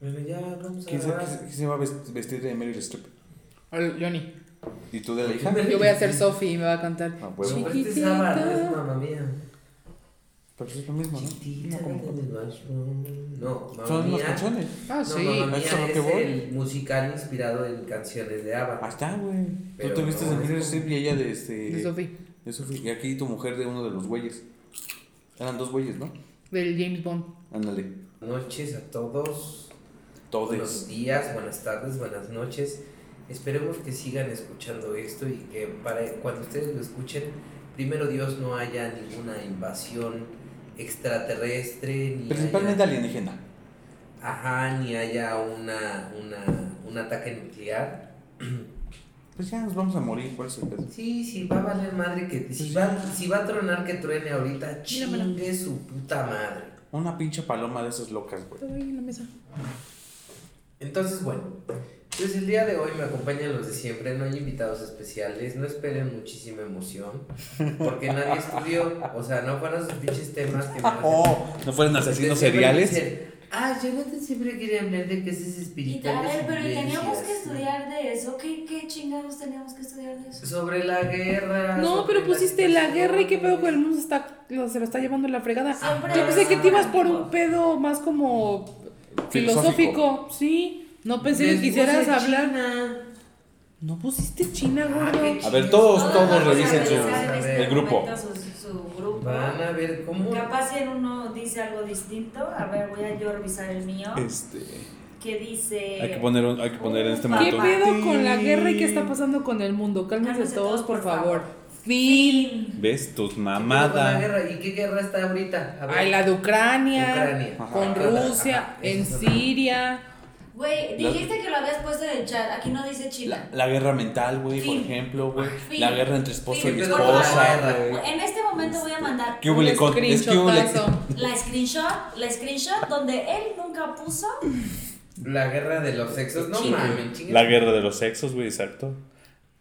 Bueno, ya vamos a ¿Quién se, grabar. quién se- quién se va a vest- vestir de Meryl Streep? O Johnny. ¿Y tú de la hija? Yo voy a ser Sophie y me va a cantar. Ah, huevo. No, este es Avatar, es mamá mía. Pero sí es lo mismo, ¿no? Chiquitita No, como- de mushroom. No, mamá Son las mía. canciones. Ah, No, sí. mamá Eso es mía lo es que voy. el musical inspirado en canciones de Ahí Avatar. está, güey. Tú Pero te vistes no, de es Meryl como- Streep y ella de este. De Sophie. de Sophie. Y aquí tu mujer de uno de los güeyes. Eran dos güeyes, ¿no? Del James Bond. Ándale. Noches a todos. Buenos Todes. días, buenas tardes, buenas noches. Esperemos que sigan escuchando esto y que para cuando ustedes lo escuchen, primero Dios no haya ninguna invasión extraterrestre ni Principalmente haya, alienígena. ajá, ni haya una, una un ataque nuclear. Pues ya nos vamos a morir, ¿cuál es el pedo? Sí, sí, va a valer madre que si Pues va, si va a tronar que truene ahorita, Míramela. chingue su puta madre. Una pinche paloma de esas locas, güey. Te voy en la mesa. Entonces, bueno, pues el día de hoy me acompañan los de siempre, no hay invitados especiales, no esperen muchísima emoción, porque nadie estudió, o sea, no fueron sus pinches temas que me hacen- Oh, ¿no fueron Siempre asesinos seriales? dicen, Ah, Jonathan siempre quiere hablar de cosas Y, a espirituales. ver, y pero ¿y teníamos que creencias". estudiar de eso. ¿Qué, qué chingados teníamos que estudiar de eso? Sobre la guerra. No, sobre pero las pusiste la situaciones. guerra y qué pedo con el mundo está, lo- se lo está llevando la fregada. Ah, Siempre Ah, Yo pensé que te ibas por un Filosófico. pedo más como Filosófico. filosófico, sí. No pensé que Les quisieras puse hablar. China. no pusiste China, Ah, qué gordo. ch- A ver, todos, Todos todos vamos a revisen su. revisar en este el grupo. momento Su, su grupo. Van a ver cómo. Capaz si en uno dice algo distinto. A ver, voy a yo revisar el mío. Este. Que dice. Hay que poner, un- hay que poner en este ¿Qué ¿Qué momento. pedo con la guerra y qué está pasando con el mundo? Cálmense Cálmense todos, todos, por por favor. favor. Fin. ¿Ves? Tus La mamadas. guerra. ¿Y qué guerra está ahorita? A ver. Ay, la de Ucrania, Ucrania. con Ajá. Rusia, Ajá, en eso es otra. Siria. Güey, dijiste que lo habías puesto en el chat. Aquí no dice La, China. la guerra mental, güey, por Fin. ejemplo, güey. Fin. La guerra entre esposo Fin. y Por favor. esposa, güey. En este momento voy a mandar ¿Qué huele Un con? Es que huele- screenshotazo. la screenshot, la screenshot donde él nunca puso. La guerra de los sexos, no China. mames, chingue. La guerra de los sexos, güey, exacto.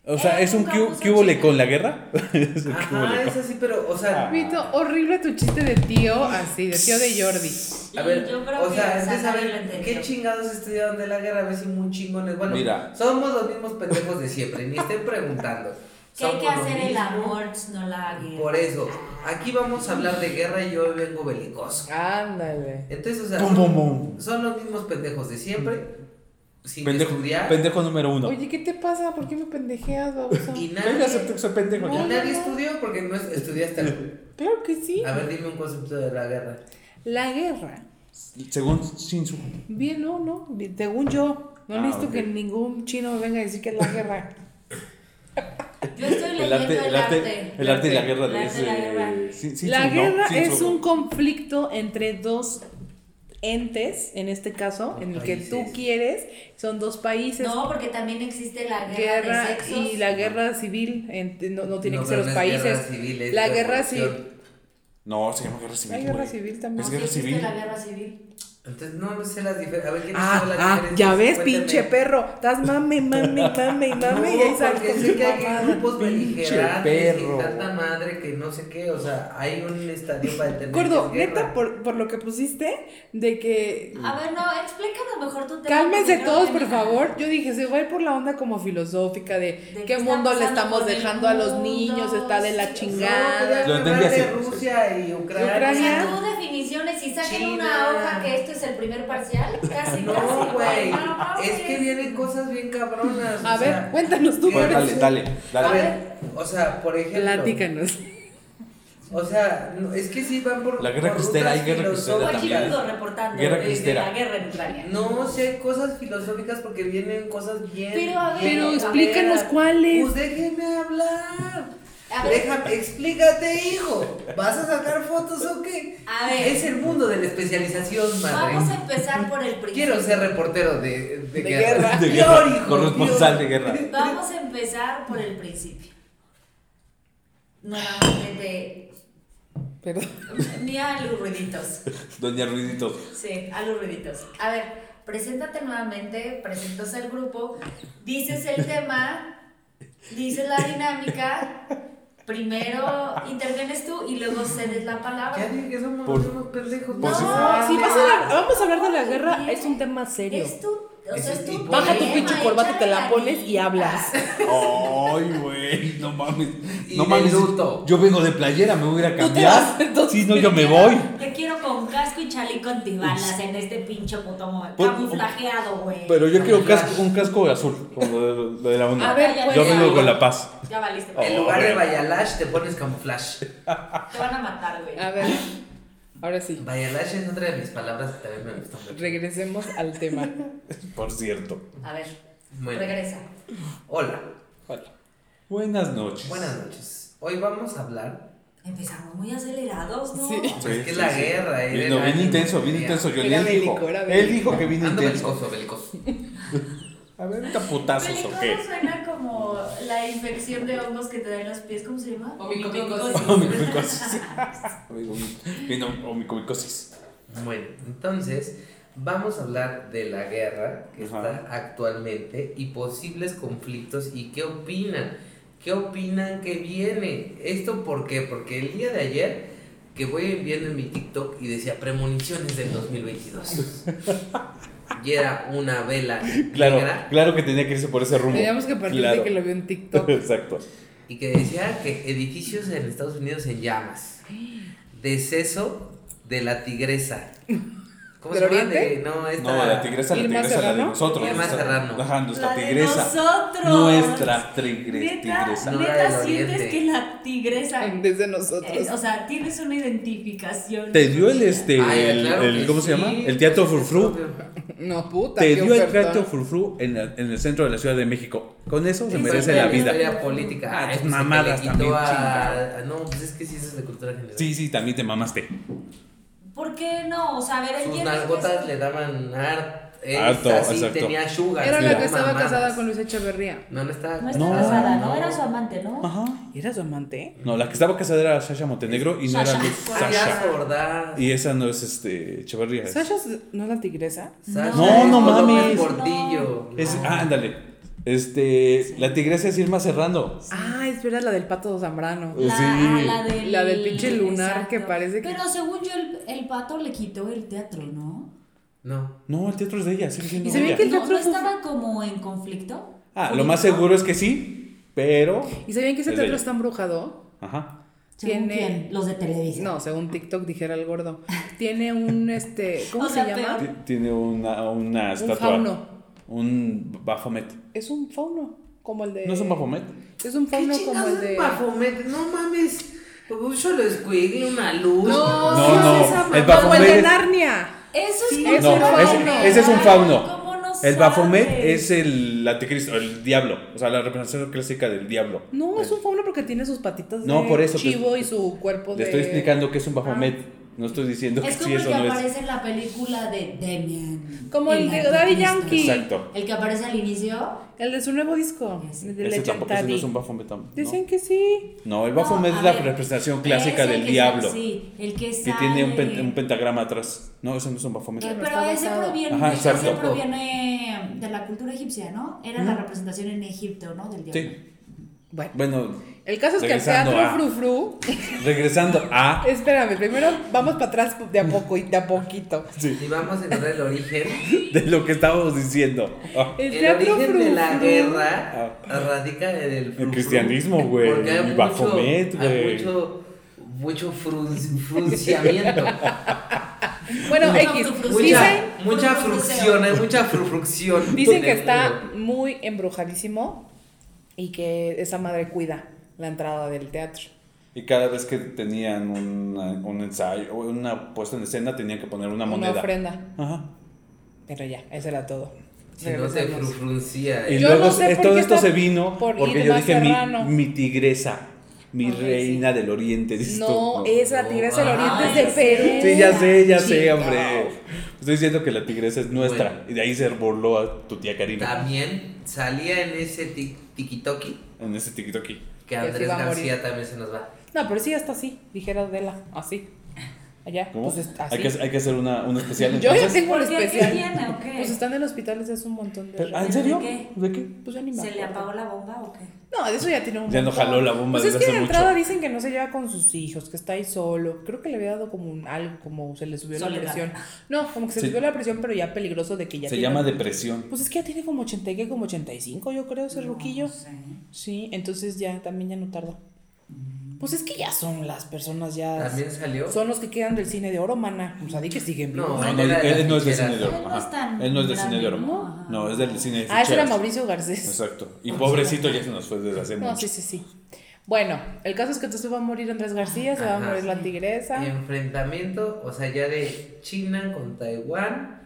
O sea, Eh, es un nunca Q, uso ¿qué hubo le chile. con la guerra? es un ¿qué hubo Ajá, le Ah. es con. así, pero, o sea, Vito, horrible tu chiste de tío, así, de tío de Jordi. a ver, yo creo o que sea, es que Sandra lo saben entendió. qué chingados estudiaron de la guerra, a ver si muy chingones. Bueno, Mira. somos los mismos pendejos de siempre, ni estén preguntando. Que hay que Somos lo hacer el mismo. amor, pues, no la guerra. Por eso, aquí vamos a hablar de guerra y yo hoy vengo belicoso. Ándale. Entonces, o sea, Pum, pum, pum. son los mismos pendejos de siempre, sin Pendejo, estudiar. pendejo número uno. Oye, ¿qué te pasa? ¿Por qué me pendejeas, baboso? Y Yo ya nadie, acepté que soy pendejo. y ya. nadie estudió porque no es- estudiaste algo. Claro que sí. A ver, dime un concepto de la guerra. La guerra. Según Shinsu. Bien, no, no. bien, Según yo, no Ah, necesito ok. que ningún chino me venga a decir que es la guerra. Yo estoy El leyendo arte, el arte, el arte y la guerra El de arte y la guerra. ese. Shin- Shin La Tzu, ¿no? guerra Shin es Tzu. un conflicto entre dos entes, en este caso, en el que tú Países. quieres, son dos países. No, porque también existe la guerra, guerra de sexos. y la guerra civil ent- no, no tiene No, que pero ser los no es países. guerra civil, es la guerra revolución. civil. No, se llama guerra civil. Hay guerra güey. civil No, también. Es sí guerra existe civil. la guerra civil. Entonces, no, no sé las diferencias. A ver, ¿quién Ah, hizo las ah, diferencias? ya ves, Cuéntame. pinche perro. Estás mame, mame, mame, y No, mame. y ahí sales porque con sé tu que hay mamada. grupos Pinche beligerantes perro. y tanta madre que no sé qué, o sea, hay un estadio para determinar. Gordo, que es neta, guerra. por, por lo que pusiste, de que. Mm. A ver, Ah, no, explícanos mejor tu tema. Cálmense porque creo todos, que por no- favor. Yo dije, se va a ir por la onda como filosófica de, ¿De qué qué está mundo le pasando estamos con el dejando a los mundo? niños, está de la Sí, No, pero chingada. hay Lo que entendí hablar de así, sí. Rusia y Ucrania. O Ucrania. sea, tú definiciones y saquen China. una hoja que esto es el primer parcial. Casi, No, casi. güey. No, no, Es que vienen cosas bien cabronas. A o ver, sea, cuéntanos tú, ¿qué? por Dale, dale, A dale. ver, o sea, por ejemplo. Platícanos. O sea, no, es que sí van por. La guerra por cristera, hay rutas guerra cristera filosóficas. Joaquín también. Lugo reportando Guerra desde cristera. la guerra en Ucrania. No sé cosas filosóficas porque vienen cosas bien. Pero, a ver, bien Pero caberas. explícanos cuáles. Pues déjenme hablar. A ver. Déjame, explícate, hijo. ¿Vas a sacar fotos o qué? A ver. Es el mundo de la especialización, madre. Vamos a empezar por el principio. Quiero ser reportero de, de, De guerra. guerra. De Peor, guerra, hijo, corresponsal de peor. guerra. Vamos a empezar por el principio. Nuevamente, Perdón. de- ni a los ruiditos. Doña Ruidito. Sí, a los ruiditos. A ver, preséntate nuevamente, presentas al grupo, dices el tema, dices la dinámica Primero intervienes tú y luego cedes la Ya palabra. dije que somos Por- unos pendejos. Ah, por no, si- No, si vas a hablar- vamos a hablar de la Ay, bien. Este- guerra, es un tema serio. Es tu, o Ese sea, es es tu mi Baja tu problema, pinche corbata, te la pones y hablas. Ah, Ay, güey, no mames. Y No de mames. luto. Yo vengo de playera, me voy a ir a Tú te vas, cambiar. entonces. Sí, no, yo me voy. Te quiero con casco y chaleco antibalas en este pinche puto mo- Pues, camuflajeado, güey. Pero yo quiero un Camuflaje. casco, un casco azul, como lo de, lo de la onda. A ver, Ya, pues, yo ya, vengo ya. con la paz. Ya valiste. Oh. En lugar de Bayalash te pones camuflaje. Te van a matar, güey. A ver, ahora sí, Bayalash es otra de mis palabras que también me gusta mucho. regresemos al tema. Por cierto. A ver, Bueno, regresa. hola, Hola. Buenas noches. buenas noches. Hoy vamos a hablar. Empezamos muy acelerados, ¿no? Sí. Pues es que la guerra, eh, Bien, no, la- bien intenso, bien Mira. intenso. Yo Era él dijo, bélico, era él bélico. dijo que vino Ando intenso. belicoso, belicoso. A ver, ahorita putazos o qué. Pelicón suena como la infección de hongos que te da en los pies, ¿cómo se llama? Omicomicosis. Omicomicosis. Amigo, Vino omicomicosis. Bueno, entonces vamos a hablar de la guerra que Ajá. está actualmente y posibles conflictos y qué opinan, qué opinan que viene. ¿Esto por qué? Porque el día de ayer que voy viendo en mi TikTok y decía premoniciones del 2022. y era una vela Claro, negra claro que tenía que irse por ese rumbo. Teníamos que partir Claro. de que lo vio en TikTok. Exacto. y que decía que edificios en Estados Unidos en llamas. Deceso de la tigresa. ¿Cómo ¿Del se llama? Oriente? De- no, esta... No, la tigresa, la Irma tigresa, la de Serrano. nosotros. Irma nuestra- Serrano. Ajá, nuestra La de tigresa. nosotros. Nuestra tigre- Neta, No, tigresa. la neta del oriente. sientes que la tigresa. Desde nosotros. es- o sea, tienes una identificación. Te dio el este, Ay, el, Ah, claro el- que ¿cómo se sí. llama? El teatro Furfru. No, puta. Te qué dio el ofertón. teatro Furfru en, la- en el centro de la Ciudad de México. Con eso se Sí, merece sí, la sí. vida. Historia política. Ah, Ay, tus pues, mamadas que le quitó también, a- chinga. a- No, pues es que sí, eso es de cultura general. Sí, sí, también te mamaste. ¿Por qué no? O sea, a ver, Sus entiendo que- narcotas le daban harto. Harto, exacto. tenía sugar. Era la tenía que estaba mamadas. casada con Luis Echeverría. No, no estaba No está No. casada, no. Era su amante, ¿no? Ajá. ¿Era su amante? No, la que estaba casada era Sasha Montenegro y no era Sasha. Luz Ah, Sasha. ya acordás. Y esa no es este Echeverría. es- ¿Sasha no es la tigresa? Sasha No, es no Colomel mames. Portillo. es- ah, ándale. Este, la tigresa es Irma Serrano. Ah, es verdad, la del pato Zambrano. Eh, La, Sí. la, del, La del pinche lunar que parece que- Pero según yo, el, el pato le quitó el teatro, ¿no? No. No, el teatro es de ella, sigue siendo Y se ve ella. que- El ¿No, teatro ¿no fue- estaba como en conflicto? Ah, lo más seguro es que sí, pero. ¿Y sabían que ese Es teatro ella. está embrujado? Ajá. ¿Según Tiene- quién? Los de Televisa. No, según TikTok dijera el gordo. Tiene un este. ¿Cómo O se sea, llama? peor. Ti- Tiene una, una Un estatua. fauno. Un Baphomet. Es un fauno. Como el de. ¿No es un Eh, Baphomet? Es un fauno ¿Qué como chingados el es de. Baphomet? No mames. Yo lo escuigle una luz. No, No, no, no, es esa el mamá. Baphomet Como el de es- Narnia. Eso Sí, es no, como ese- fauno. ese es un fauno. ¿Cómo no El sabes? Baphomet es el anticristo, el diablo. O sea, la representación clásica del diablo. No, es Eh, un fauno porque tiene sus patitas No, de por eso te- chivo y su cuerpo Le de. estoy explicando que es un Baphomet. No estoy diciendo que Ah. Es como sí, este el eso que no es. aparece en la película de Demian. Como el de Daddy Yankee. Exacto. El que aparece al inicio. El de su nuevo disco. Ese. El de Ese tampoco ese no Legendary. es un Baphomet. tam- ¿no? Dicen que sí. No, el No, Baphomet a es la ver, representación clásica es el del que diablo. sale- sí, el que Que sale. tiene un, pent- un pentagrama atrás. No, eso no es un Baphomet. Eh, Pero pero está ese basado. proviene, Ajá, ese exacto. proviene de la cultura egipcia, ¿no? Era la representación en Egipto, ¿no? Del diablo. Sí. Bueno. Bueno, El caso es que el Regresando teatro a- frufru. regresando a. Espérame, primero vamos para atrás de a poco y de a poquito. Y vamos a encontrar el origen. De lo que estábamos diciendo. Ah, El, El teatro origen de la frufru. guerra radica en el frufru. cristianismo, güey, Porque hay y mucho- Baphomet, hay güey. mucho, mucho frun- frunciamiento. Bueno, Mucha X. frufru. Pues Dicen, mucha, mucha frufruceo. frucción, hay mucha frufrucción. dicen en que el está río. muy embrujadísimo y que esa madre cuida la entrada del teatro. Y cada vez que tenían una- un ensayo, o una puesta en escena, tenían que poner una moneda. Una ofrenda. Ajá. Pero ya, eso era todo. Si no se Regresemos. frufruncia. Y eh. Yo luego no sé eh, por todo qué esto está se vino por porque yo Irma dije Serrano. mi, mi tigresa, mi Ok, sí. reina del oriente. dices tú. No, es la No, tigresa del ah, oriente es de Perú. Sí, ya sé, ya sé, Chingao. hombre. Estoy diciendo que la tigresa es nuestra. Bueno. Ah. Y de ahí se burló a tu tía Karina. eh, También salía en ese ti- tikitoki En ese tiquito aquí. que así Andrés va a morir. García también se nos va. No, pero sí, hasta así, dijera Adela, así. allá. ¿Cómo? Pues es- así. hay, que, hay que hacer una, un especial. Yo ya entonces. tengo el ¿Por qué? ¿Qué especial. tiene o qué? Pues están en hospitales hace un montón de Pero- ah, rato. ¿En serio? ¿De qué? ¿De qué? Pues ya ni me ¿Se le acuerdo. apagó la bomba o qué? No, de eso ya tiene un Ya no montón. jaló la bomba Pues es desde que de hace mucho. entrada dicen que no se lleva con sus hijos, que está ahí solo. Creo que le había dado como un, algo, como se le subió Soledad. la presión. No, como que se Sí. subió la presión, pero ya peligroso de que ya Se tiene- llama depresión. Pues es que ya tiene como 80 y que como 85, yo creo, ese No ruquillo. sé. Sí, entonces ya, también ya no tarda. Mm. Pues es que ya son las personas ya... También salió. Son los que quedan del cine de oro, mana. O sea, di que siguen vivos. No, No, él no, él, era de él no es del las cine de ficheras. oro. Él no es ajá. tan Él no es del cine de oro. grande, ¿no? No, es del cine de ah, ese era ficheras. Mauricio Garcés. Exacto. Y pobrecito ya se nos fue desde hace No, mucho. sí, sí, sí. Bueno, el caso es que entonces va a morir Andrés García, se va a Ajá, Em, morir la sí. tigresa. Enfrentamiento, o sea, ya de China con Taiwán,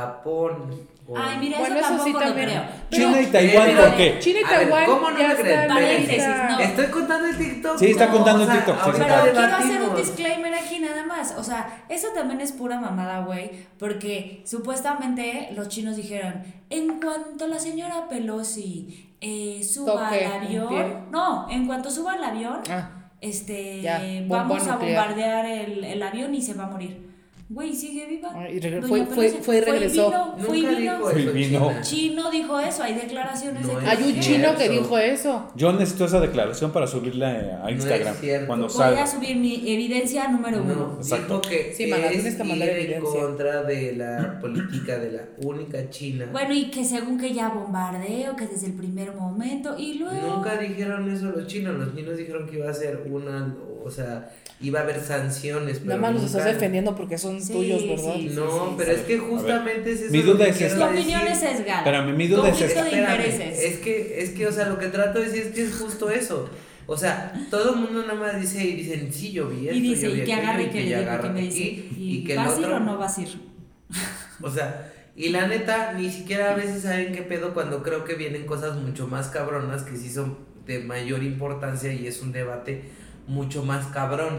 Japón. Con... Ay, mira, Bueno, eso eso sí tampoco lo también. creo. Pero- China y Taiwán, Pero- ¿por qué? China y A ver, Taiwán ¿cómo no ya me creen? están. Paréntesis, está- no. Estoy contando el TikTok. Sí, está contando el TikTok, sí, sí, ahorita claro. Pero quiero hacer un debatimos. disclaimer aquí nada más. O sea, eso también es pura mamada, güey. Porque supuestamente los chinos dijeron, en cuanto la señora Pelosi eh, suba Toque al un avión. pie. No, en cuanto suba al avión, Ah, este Ya, bomba vamos a nuclear. bombardear el, el avión y se va a morir. Güey, sigue viva. Ah, y regre- Doña fue- fue- Pelosi fue y regresó. vino, fue y Nunca vino. dijo Fui eso. vino. China. Chino dijo eso, hay declaraciones No de es Hay un Sí, chino que eso. dijo eso. Yo necesito esa declaración para subirla eh, No a es Instagram cierto. cuando Voy salga. a subir mi evidencia número uno. No, Exacto. dijo que Sí, mana, es tienes que mandar ir en evidencia. contra de la política de la única China. Bueno, y que según que ya bombardeo, que desde el primer momento, y luego. Nunca dijeron eso los chinos. Los chinos dijeron que iba a ser una, o sea, iba a haber sanciones. Pero Nada más los nunca- estás defendiendo porque son Sí, tuyos, ¿verdad? sí. No, pero es que A ver, justamente es eso. mi lo duda que es quiero esta. Tu decir. opinión es sesgada. Pero mi duda es Conflicto esta. de Espérame, intereses. Es que, es que, o sea, lo que trato de decir es que es justo eso. O sea, todo el mundo nada más dice y dicen, sí, yo vi esto, y dice, yo vi y que aquello, agarre y y que ya le diga, que agarra me aquí, dice. y que el ¿Vas a ir otro- o no vas a ir? O sea, y la neta, ni siquiera a veces saben qué pedo cuando creo que vienen cosas mucho más cabronas que sí son de mayor importancia y es un debate mucho más cabrón.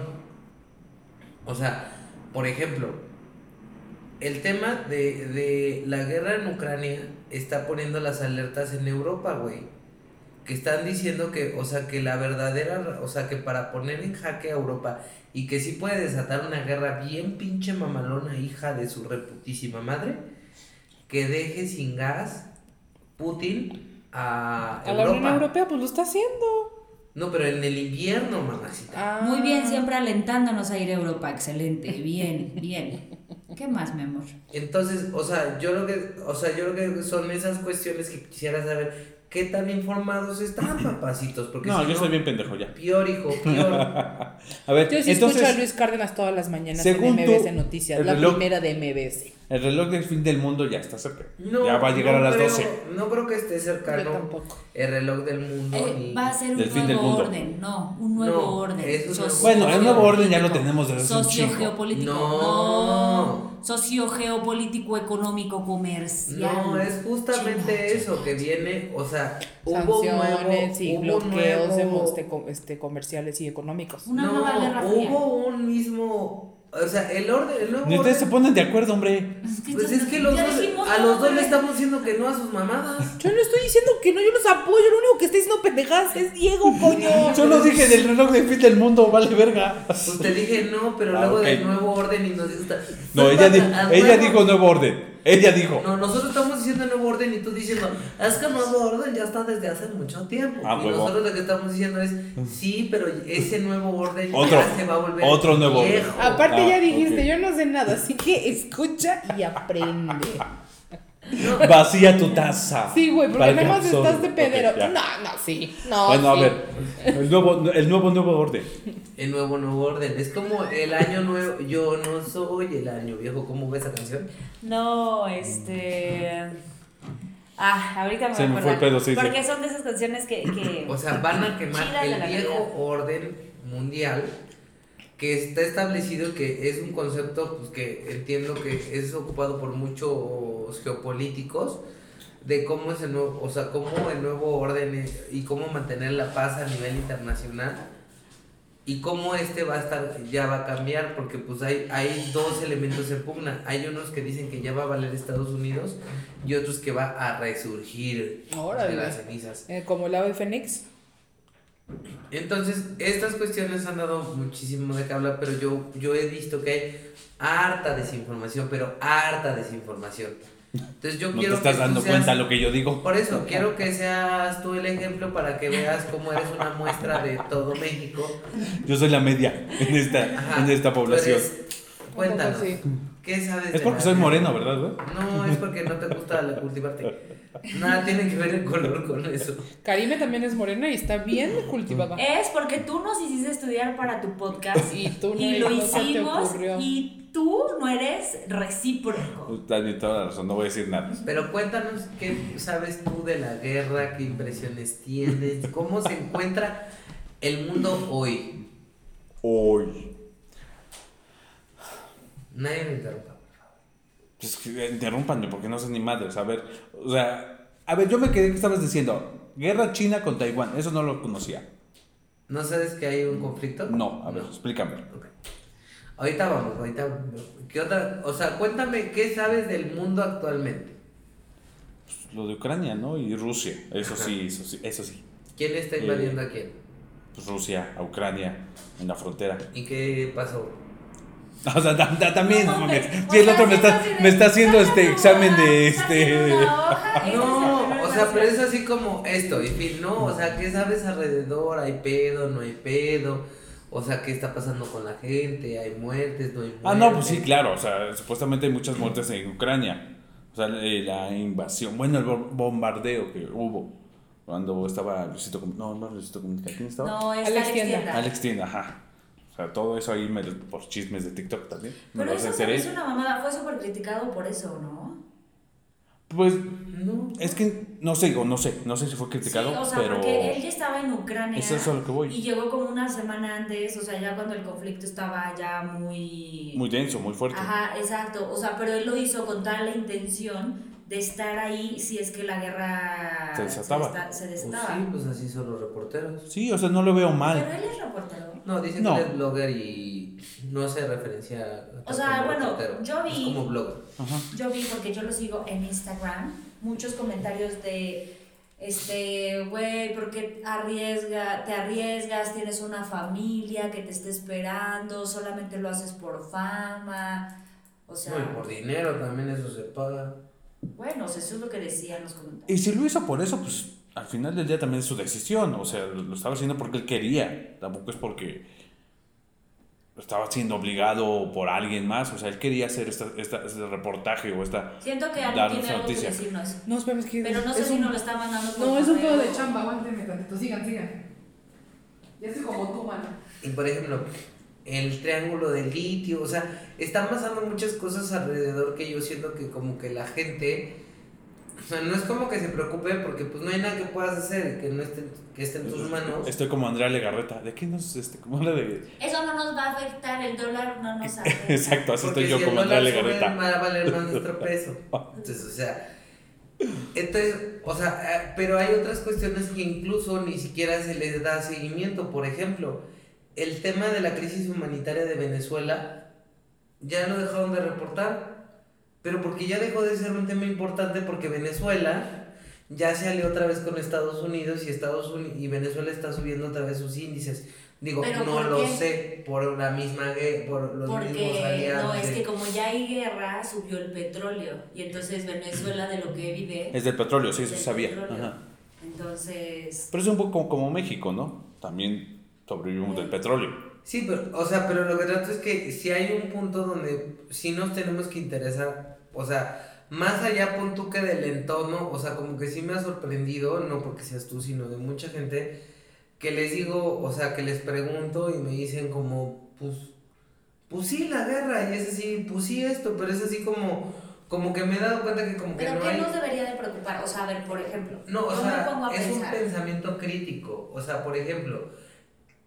O sea, por ejemplo, el tema de, de la guerra en Ucrania está poniendo las alertas en Europa, güey. Que están diciendo que, o sea, que la verdadera, ra- o sea, que para poner en jaque a Europa y que sí puede desatar una guerra bien pinche mamalona, hija de su reputísima madre, que deje sin gas Putin a, A la Europa. Unión Europea, pues lo está haciendo. No, pero en el invierno, mamacita. Ah. Muy bien, siempre alentándonos a ir a Europa. Excelente, bien, bien. ¿Qué más, mi amor? Entonces, o sea, yo lo que, o sea, yo lo que son esas cuestiones que quisiera saber qué tan informados están, papacitos, porque No, si yo no, soy bien pendejo ya. pior, hijo, pior. A ver, Yo sí entonces, escucho a Luis Cárdenas todas las mañanas según en MBC tú, Noticias, el la reloj- primera de MBC. el reloj del fin del mundo ya está cerca. No, ya va a llegar no a las creo- 12. No creo que esté Yo cercano tampoco. el reloj del mundo. Eh, ni- va a ser un Del nuevo fin del mundo. orden, no, un nuevo No, orden. eso es socio- Bueno, el nuevo orden ya lo geopolítico, tenemos desde hace un chingo. sociogeopolítico, No. no, sociogeopolítico, económico, comercial. No, es justamente Chinga, eso que viene, o sea, hubo un nuevo, Sanciones y hubo un bloqueos nuevo- este, com- este, comerciales y económicos. Una no, nueva guerra fría. hubo un mismo, o sea, el orden, el nuevo Ni ustedes se orden- ponen de acuerdo, hombre. pues es que los ya dos, dijimos a los todo, dos le güey. estamos diciendo que no a sus mamadas. Yo no estoy diciendo que no, yo los apoyo, lo único que está diciendo pendejadas es Diego, coño. Yo no dije del reloj del fin del mundo, vale verga. Pues te dije no, pero Ah, luego ok. del nuevo orden y nos gusta. No, ella, di- ella dijo nuevo orden. Ella dijo. No, nosotros estamos diciendo nuevo orden y tú diciendo, es que nuevo orden ya está desde hace mucho tiempo. Ah, y huevo. nosotros lo que estamos diciendo es, sí, pero ese nuevo orden Otro, ya se va a volver otro nuevo orden. viejo. Aparte Ah, ya dijiste, ok. yo no sé nada, así que escucha y aprende. Vacía tu taza. Sí, güey, Para porque el nada más capsón. estás de Ok, pedero. ya. no, no, sí. No, bueno, sí. a ver. El nuevo, el nuevo, nuevo orden. El nuevo nuevo orden. Es como el año nuevo. Yo no soy el año viejo. ¿Cómo ves esa canción? No, este. Ah, ahorita me Se voy a me fue el acordar. pedo, sí, sí. Porque son de esas canciones que. que- O sea, van a quemar Chidas de el la viejo Navidad. orden mundial que está establecido que es un concepto pues, que entiendo que es ocupado por muchos geopolíticos de cómo es el nuevo, o sea, cómo el nuevo orden es- y cómo mantener la paz a nivel internacional y cómo este va a estar ya va a cambiar porque pues hay hay dos elementos en pugna, hay unos que dicen que ya va a valer Estados Unidos y otros que va a resurgir de Órale. las cenizas. Eh, como el ave fénix. Entonces, estas cuestiones han dado muchísimo de qué hablar, pero yo, yo he visto que hay harta desinformación, pero harta desinformación. Entonces yo No te quiero estás que tú dando seas- cuenta lo que yo digo. Por eso, quiero que seas tú el ejemplo para que veas cómo eres una muestra de todo México. Yo soy la media en esta, Ajá, en esta tú población. eres- este Cuéntanos, Un poco ¿qué sabes Es de porque soy Nadia? moreno, ¿verdad? güey? No, es porque no te gusta la cultivarte. Nada tiene que ver el color con eso. sí. Karime también es morena y está bien Eh, cultivada. Es porque tú nos hiciste estudiar para tu podcast Y tú no, y lo no se te hicimos ocurrió. y tú no eres recíproco. Tienes toda la razón, no voy a decir nada. Pero cuéntanos qué sabes tú de la guerra, qué impresiones tienes, cómo se encuentra el mundo hoy. Hoy. Nadie me interrumpa. Pues que interrúmpanme porque no sé ni madres. A ver, o sea, a ver, yo me quedé que estabas diciendo guerra China con Taiwán. Eso no lo conocía. ¿No sabes que hay un conflicto? No, a ver, explícame. Ok. Ahorita vamos, ahorita. vamos. ¿Qué otra? O sea, cuéntame qué sabes del mundo actualmente. Pues, Lo de Ucrania, ¿no? Y Rusia. Eso sí, eso sí, eso sí. ¿Quién Eh. está invadiendo a quién? Pues Rusia, a Ucrania, en la frontera. ¿Y qué pasó? O sea, ta- ta- también, No no mames, mames. o Si el sea, otro me sí, está, no, sí, de- me está haciendo este sácame examen una de hoja, este. sácame una hoja, esta es la No, primera o sea, pero es clase. así como esto, y fin, no, o sea, ¿qué sabes alrededor? ¿Hay pedo, no hay pedo? O sea, ¿qué está pasando con la gente? ¿Hay muertes, no hay muertes? Ah, no, pues sí, claro. O sea, supuestamente hay muchas muertes en Ucrania. O sea, eh, la invasión. Bueno, el bo- bombardeo que hubo. Cuando estaba Luisito Comunica. No, no, Luisito Comunica. ¿Quién estaba? No, es Alex Alex Tienda. Tienda. Alex Tienda, ajá. O sea, todo eso ahí me lo- por chismes de TikTok también. Me Pero lo eso enteré. también es una mamada, fue súper criticado por eso, ¿no? Pues No, es que no sé, o no sé, no sé si fue criticado, sí, o sea, pero. porque él ya estaba en Ucrania. Es eso a lo que voy. Y llegó como una semana antes, o sea, ya cuando el conflicto estaba ya muy... Muy denso, muy fuerte. Ajá, exacto. O sea, pero él lo hizo con toda la intención de estar ahí si es que la guerra Se desataba. desta- se pues desataba. sí, pues así son los reporteros. Sí, o sea, no lo veo Pero mal. él es reportero. No, dicen No. que eres blogger y no se referencia a O sea, como bueno, reportero, yo es vi- como blogger. Yo vi, porque yo lo sigo en Instagram, muchos comentarios de, este, güey, ¿por qué arriesga, te arriesgas? Tienes una familia que te está esperando, solamente lo haces por fama. O sea, No, y por dinero también eso se paga. bueno, o sea, eso es lo que decían los comentarios. Y si lo hizo por eso, pues al final del día también es su decisión. O sea, lo lo estaba haciendo porque él quería. Tampoco es porque lo estaba siendo obligado por alguien más. O sea, él quería hacer esta, esta- este reportaje o esta. Siento que alguien Darnos tiene algo noticia. que decirnos. No, espérame, es que. Pero no sé es si un- nos lo está mandando por No, es un correo. pedo de chamba. Aguántenme tantito, sigan, sigan. Ya soy como tú, mano. Y por ejemplo, el triángulo del litio, o sea, están pasando muchas cosas alrededor que yo siento que como que la gente, o sea, no es como que se preocupe porque pues no hay nada que puedas hacer que no esté, que esté en tus manos. Estoy como Andrea Legarreta. ¿De qué nos.? Este, ¿Cómo la de.? Eso no nos va a afectar, el dólar no nos afecta. Exacto, así Porque estoy yo si el como Andrea dólar sube, Legarreta. Va a valer más nuestro peso. Entonces, o sea, entonces, o sea, eh, pero hay otras cuestiones que incluso ni siquiera se les da seguimiento. Por ejemplo, el tema de la crisis humanitaria de Venezuela ya lo dejaron de reportar, pero porque ya dejó de ser un tema importante porque Venezuela ya se alió otra vez con Estados Unidos y Estados Uni- y Venezuela está subiendo otra vez sus índices. Digo, ¿Pero no por lo qué? sé por la misma gue- por los mismos Porque aliados. no, es de- que como ya hay guerra, subió el petróleo. Y entonces Venezuela de lo que vive. Es del petróleo, sí, eso del sabía. petróleo. Ajá. Entonces. Pero es un poco como, como México, ¿no? También sobrevivimos del petróleo. Sí, pero, o sea, pero lo que trato es que si hay un punto donde sí nos tenemos que interesar, o sea, más allá pon tú que del entorno, o sea, como que sí me ha sorprendido, no porque seas tú, sino de mucha gente, que les digo, o sea, que les pregunto y me dicen como, pues, pues sí, la guerra, y es así, pues sí esto, pero es así como, como que me he dado cuenta que como que ¿Pero no qué hay... nos debería de preocupar? O sea, a ver, por ejemplo. No, o yo me pongo sea, a es pensar. un pensamiento crítico. O sea, por ejemplo,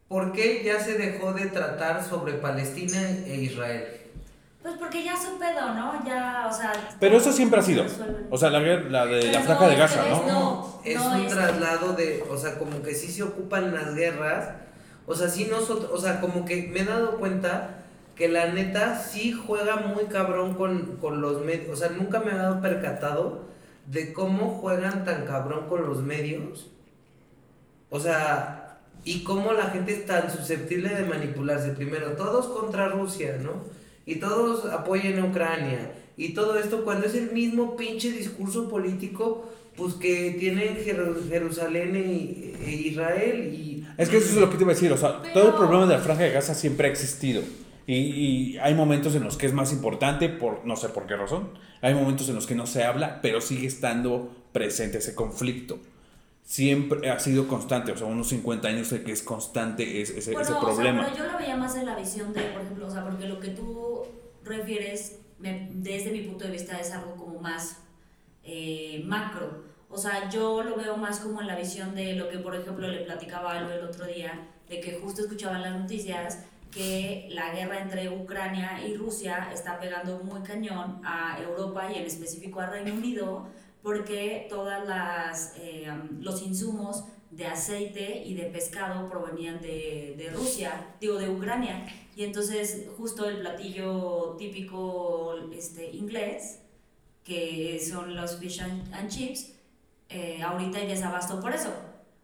¿por qué ya se dejó de tratar sobre Palestina e Israel? Pues porque ya es un pedo, ¿no? Ya, o sea. Pero eso siempre ha sido. resuelven. O sea, la, guer- la de la Pero franja no, de es que Gaza, ¿no? es- No, es no, un es- traslado de, o sea, como que sí se ocupan las guerras. O sea, sí nosotros, o sea, como que me he dado cuenta que la neta sí juega muy cabrón con, con los medios. O sea, nunca me he dado percatado de cómo juegan tan cabrón con los medios. O sea, Y cómo la gente es tan susceptible de manipularse. Primero, todos contra Rusia, ¿no? Y todos apoyen a Ucrania. Y todo esto cuando es el mismo pinche discurso político pues que tienen Jeru- Jerusalén e, e Israel. Y, Es que eso es lo que te iba a decir, o sea, Pero- todo el problema de la franja de Gaza siempre ha existido. Y, y hay momentos en los que es más importante, por no sé por qué razón. Hay momentos en los que no se habla, pero sigue estando presente ese conflicto. Siempre ha sido constante, o sea, unos 50 años de que es constante es- ese, Bueno, ese o sea, problema. pero yo lo veía más en la visión de, por ejemplo, o sea, porque lo que tú refieres, me- desde mi punto de vista, es algo como más eh, macro. O sea, yo lo veo más como en la visión de lo que, por ejemplo, le platicaba algo el otro día, de que justo escuchaba en las noticias que la guerra entre Ucrania y Rusia está pegando muy cañón a Europa y en específico a Reino Unido, porque todas las eh, los insumos de aceite y de pescado provenían de, de Rusia, digo de Ucrania, y entonces justo el platillo típico este, inglés, que son los fish and, and chips, eh, ahorita hay desabasto por eso,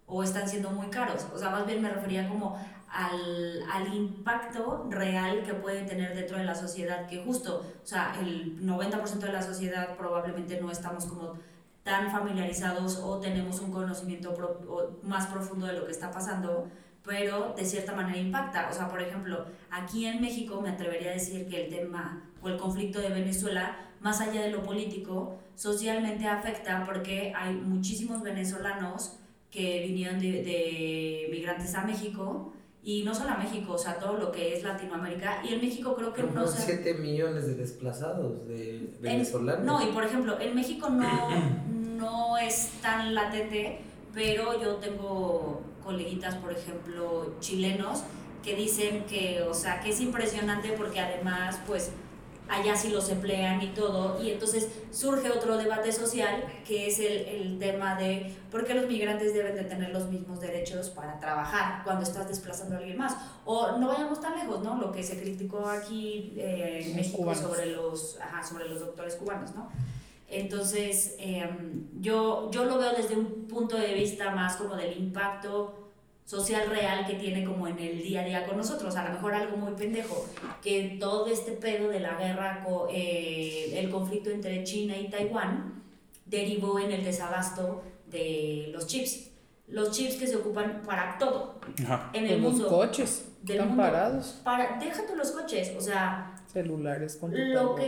o están siendo muy caros, o sea, más bien me refería como al, al impacto real que puede tener dentro de la sociedad, que justo, o sea, el 90% de la sociedad probablemente no estamos como tan familiarizados o tenemos un conocimiento pro- o más profundo de lo que está pasando, pero de cierta manera impacta. O sea, por ejemplo, aquí en México me atrevería a decir que el tema o el conflicto de Venezuela, más allá de lo político, socialmente afecta porque hay muchísimos venezolanos que vinieron de, de migrantes a México y no solo a México, o sea, todo lo que es Latinoamérica y en México creo que no como se... 7 millones de desplazados de En- venezolanos. no, y por ejemplo, en México no, no es tan latente, pero yo tengo coleguitas, por ejemplo, chilenos, que dicen que, o sea, que es impresionante porque además, pues, allá sí los emplean y todo, y entonces surge otro debate social que es el, el tema de por qué los migrantes deben de tener los mismos derechos para trabajar cuando estás desplazando a alguien más. O no vayamos tan lejos, ¿no? Lo que se criticó aquí eh, en Los México cubanos. sobre los, ajá, sobre los doctores cubanos, ¿no? Entonces, eh, yo, yo lo veo desde un punto de vista más como del impacto social real que tiene como en el día a día con nosotros, a lo mejor algo muy pendejo, que todo este pedo de la guerra, co- eh, el conflicto entre China y Taiwán, derivó en el desabasto de los chips, los chips que se ocupan para todo Ajá. en De el los mundo. coches. del Están mundo. parados. Para, déjate los coches, o sea, Celulares, lo que,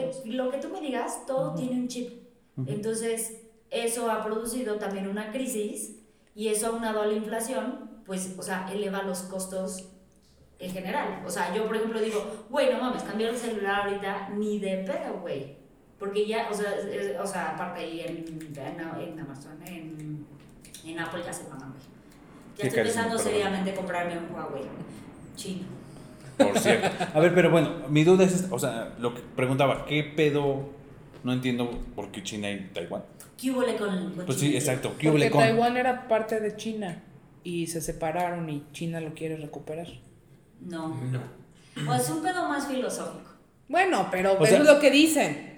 computadoras. lo que tú me digas, todo Ujú. tiene un chip. Ujú. Entonces, eso ha producido también una crisis y eso aunado a la inflación, pues, o sea, eleva los costos en general. O sea, yo, por ejemplo, digo, güey, no mames, cambiar el celular ahorita ni de pedo, güey. Porque ya, o sea, es- es- o sea aparte ahí en, en, en Amazon, en, en Apple ya se pagan, güey. Ya Qué estoy carísimo, pensando perdón. seriamente comprarme un Huawei chino. Por cierto. A ver, pero bueno, mi duda es, esta, o sea, lo que preguntaba, ¿qué pedo? No entiendo por qué China y Taiwán. ¿Qué hubo con, con Pues China? sí, exacto. ¿Qué Porque hubo con? Taiwán era parte de China y se separaron y China lo quiere recuperar. No. No. O es un pedo más filosófico. Bueno, pero O eso sea- es lo que dicen.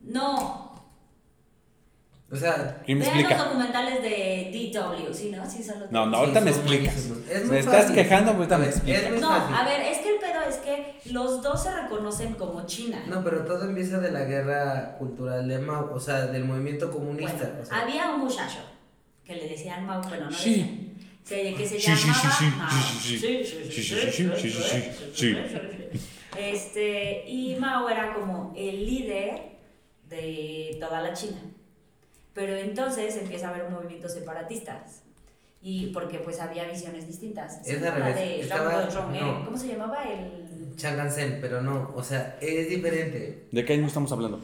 No. O sea, ¿Quién me vean los explica? documentales de DW, ¿sí, no? Sí, son los No, no, documentales. ahorita sí, me son explicas. buenísimos. Es Me muy estás fácil. quejando, pero ahorita A me ver, explicas. Es muy No, fácil. a ver, es que el pedo es que los dos se reconocen como China. No, pero todo empieza de la guerra cultural de Mao, o sea, del movimiento comunista. Bueno, o sea. había un muchacho que le decían Mao, bueno, no le Sí. decían. Se- que Sí, se sí, llamaba sí, sí, Mao. sí, sí, sí. Sí, sí, sí, sí, sí, sí, sí. Este, y Mao era como el líder de toda la China. Pero entonces empieza a haber movimientos separatistas. Y porque pues había visiones distintas. Es al La revés, de estaba- Zhang Guozhong, ¿eh? no. ¿Cómo se llamaba el Changansen, pero no, o sea, es diferente. ¿De qué año estamos hablando?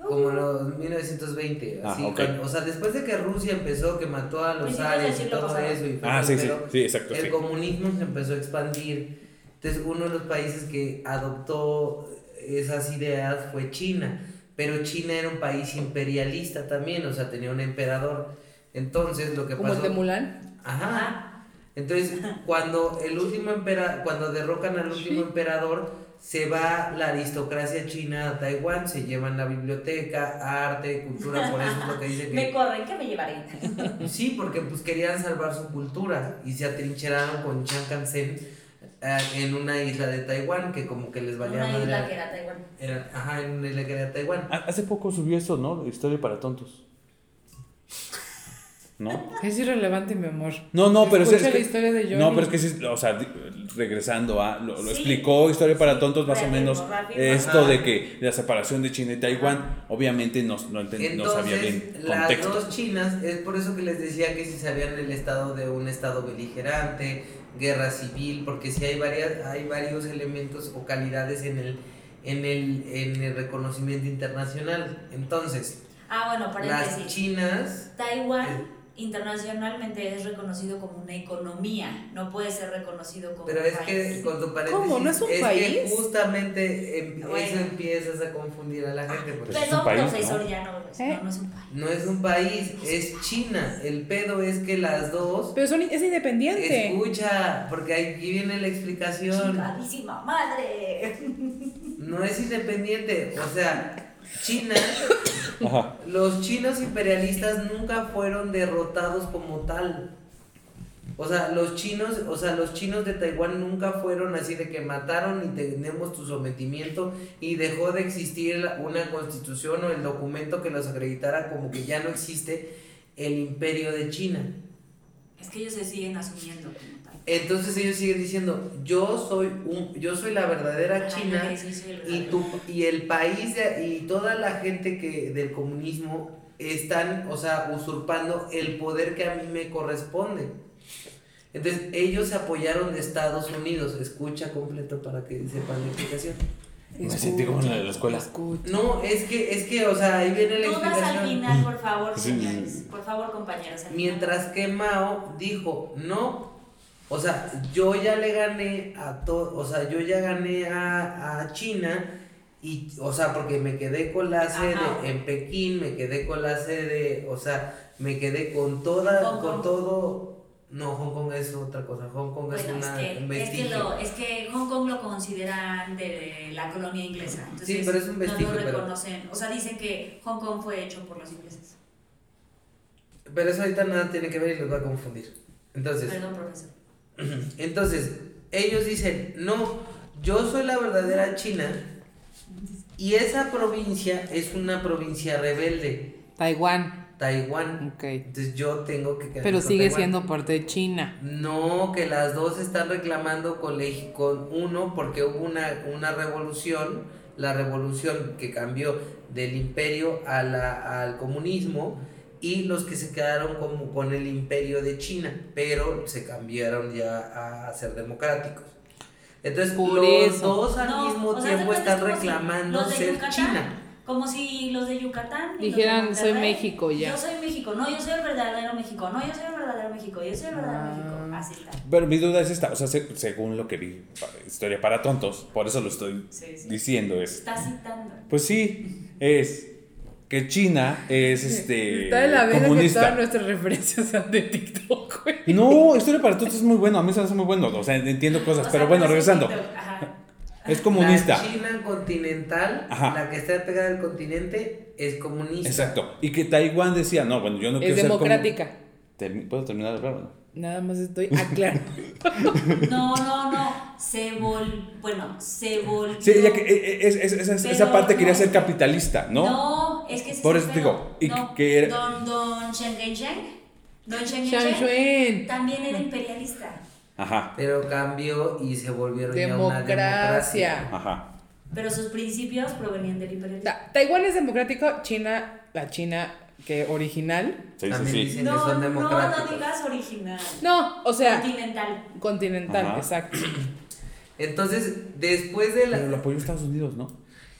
Como los 1920, Ah, así. ok. cuando- o sea, después de que Rusia empezó, que mató a los Principios del zares y siglo todo pasado. eso, y fue Ah, todo sí, el sí, pedo, sí, exacto, el sí. comunismo se empezó a expandir. Entonces, uno de los países que adoptó esas ideas fue China. Pero China era un país imperialista también, o sea, tenía un emperador. Entonces, lo que Como el pasó. de Ah. Mulan. Ajá. Entonces, cuando el último empera cuando derrocan al último emperador, se va la aristocracia china a Taiwán, se llevan la biblioteca, arte, cultura, por eso es lo que dice Me que... corren que me llevaré. Sí, porque pues querían salvar su cultura y se atrincheraron con Chiang Kai-shek eh, en una isla de Taiwán que como que les valía Una madre isla a- que era Taiwán. era- ajá, en una isla que era Taiwán. Ha- Ah, Hace poco subió esto, ¿no? Historia para tontos. ¿No? Es irrelevante, mi amor. No, no, pero es, Escucha es la que- historia de Johnny. No, pero es que sí, o sea, di- regresando a lo, lo Sí. explicó Historia para Sí, tontos más o rápido, menos rápido. esto Ajá. de que la separación de China y Taiwán, obviamente no, no, enten- no sabía bien Entonces, las contexto. dos Chinas, es por eso que les decía que si sabían el estado de un estado beligerante, guerra civil, porque si hay varias, hay varios elementos o calidades en el, en el, en el reconocimiento internacional. Entonces, Ah, bueno, las paréntesis. chinas, eh, Taiwán internacionalmente es reconocido como una economía, no puede ser reconocido como pero un es que pues, país. con tu paréntesis, ¿Cómo? ¿No es un que país? justamente em- Bueno. eso empiezas a confundir a Ah, la gente. porque- Pues es Perdón, un país, profesor, ¿no? ya no, pues, ¿Eh? no, no es un país. No es un país, es China. El pedo es que las dos Pero son- es independiente. Escucha, porque aquí viene la explicación. Chingadísima madre. No es independiente, o sea, China, Ajá. los chinos imperialistas nunca fueron derrotados como tal. O sea, los chinos, o sea, los chinos de Taiwán nunca fueron así de que mataron y tenemos tu sometimiento y dejó de existir la- una constitución o el documento que los acreditara como que ya no existe el imperio de China. Es que ellos se siguen asumiendo como tal. Entonces ellos siguen diciendo, yo soy un, yo soy la verdadera China. Ay, sí, sí, el y, tu, y el país de- y toda la gente que del comunismo están, o sea, usurpando el poder que a mí me corresponde. Entonces, ellos se apoyaron de Estados Unidos. Escucha completo para que sepan la explicación. Me sentí como en la de la escuela. Escucha. No, es que, es que, o sea, ahí viene la Todas al explicación. final, por favor, Sí, sí, señores. sí. Por favor, compañeros. al final. Mientras que Mao dijo, no, o sea, yo ya le gané a todo, o sea, yo ya gané a, a China, y, o sea, porque me quedé con la sede Ajá. en Pekín, me quedé con la sede, o sea, me quedé con toda, Hong con Kong. todo. No, Hong Kong es otra cosa, Hong Kong es Bueno, es una, un que, es, que vestigio. lo- es que Hong Kong lo consideran de la colonia inglesa. Entonces Sí, pero es un vestigio, No lo pero- reconocen. O sea, dicen que Hong Kong fue hecho por los ingleses. Pero eso ahorita nada tiene que ver y los va a confundir. Entonces, Perdón, profesor. Entonces, ellos dicen, no, yo soy la verdadera China y esa provincia es una provincia rebelde, Taiwán. Taiwán. Ok. Entonces yo tengo que quedarme Pero con sigue Taiwán. siendo parte de China. No, que las dos están reclamando con, legi- con uno porque hubo una, una revolución, la revolución que cambió del imperio a la- al comunismo y los que se quedaron como con el imperio de China, pero se cambiaron ya a ser democráticos. Entonces Por los eso. dos al No, mismo o sea, tiempo ¿te están acuerdas como si reclamando los de ser Yucatán? China. Como si los de Yucatán y los de Dijeran, soy Monterrey, México ya. Yo soy México. No, yo soy el verdadero México. No, yo soy el verdadero México. Yo soy el verdadero Ah. México. Así está. Pero mi duda es esta, o sea, se- según lo que vi, pa- Historia para tontos, por eso lo estoy Sí, sí. diciendo es, Está citando. pues sí, es que China es este Está de la verga que comunista. todas nuestras referencias sean de TikTok, güey. No, Historia para tontos es muy bueno, a mí se me hace muy bueno, o sea, entiendo O cosas, sea, pero bueno, no es regresando, bonito. Ajá. es comunista. La China continental, Ajá. la que está pegada al continente, es comunista. Exacto. Y que Taiwán decía, no, bueno, yo no quiero Es ser como- democrática. Termi- ¿Puedo terminar de hablar? o no? Nada más estoy aclarando. No, no, no. Se vol... Bueno, se volvió... Sí, ya que eh, eh, es- es- esa- Pero esa parte no. quería ser capitalista, ¿no? No, es que ese Por es eso el te pedo. digo, y No, que era- Don, don Shen Sheng, don Shen Shang Shuen. también era imperialista, Ajá, Pero cambió y se volvieron ya una democracia. Democracia. ajá. pero sus principios provenían del imperialismo. Ta- Taiwán es democrático, China, la China que original. Sí, sí, También sí. dice- Quienes No, son no, no democráticos. digas original, No, o sea, continental. continental, Ajá. exacto. Entonces, después de la. Pero lo apoyó Estados Unidos, ¿no?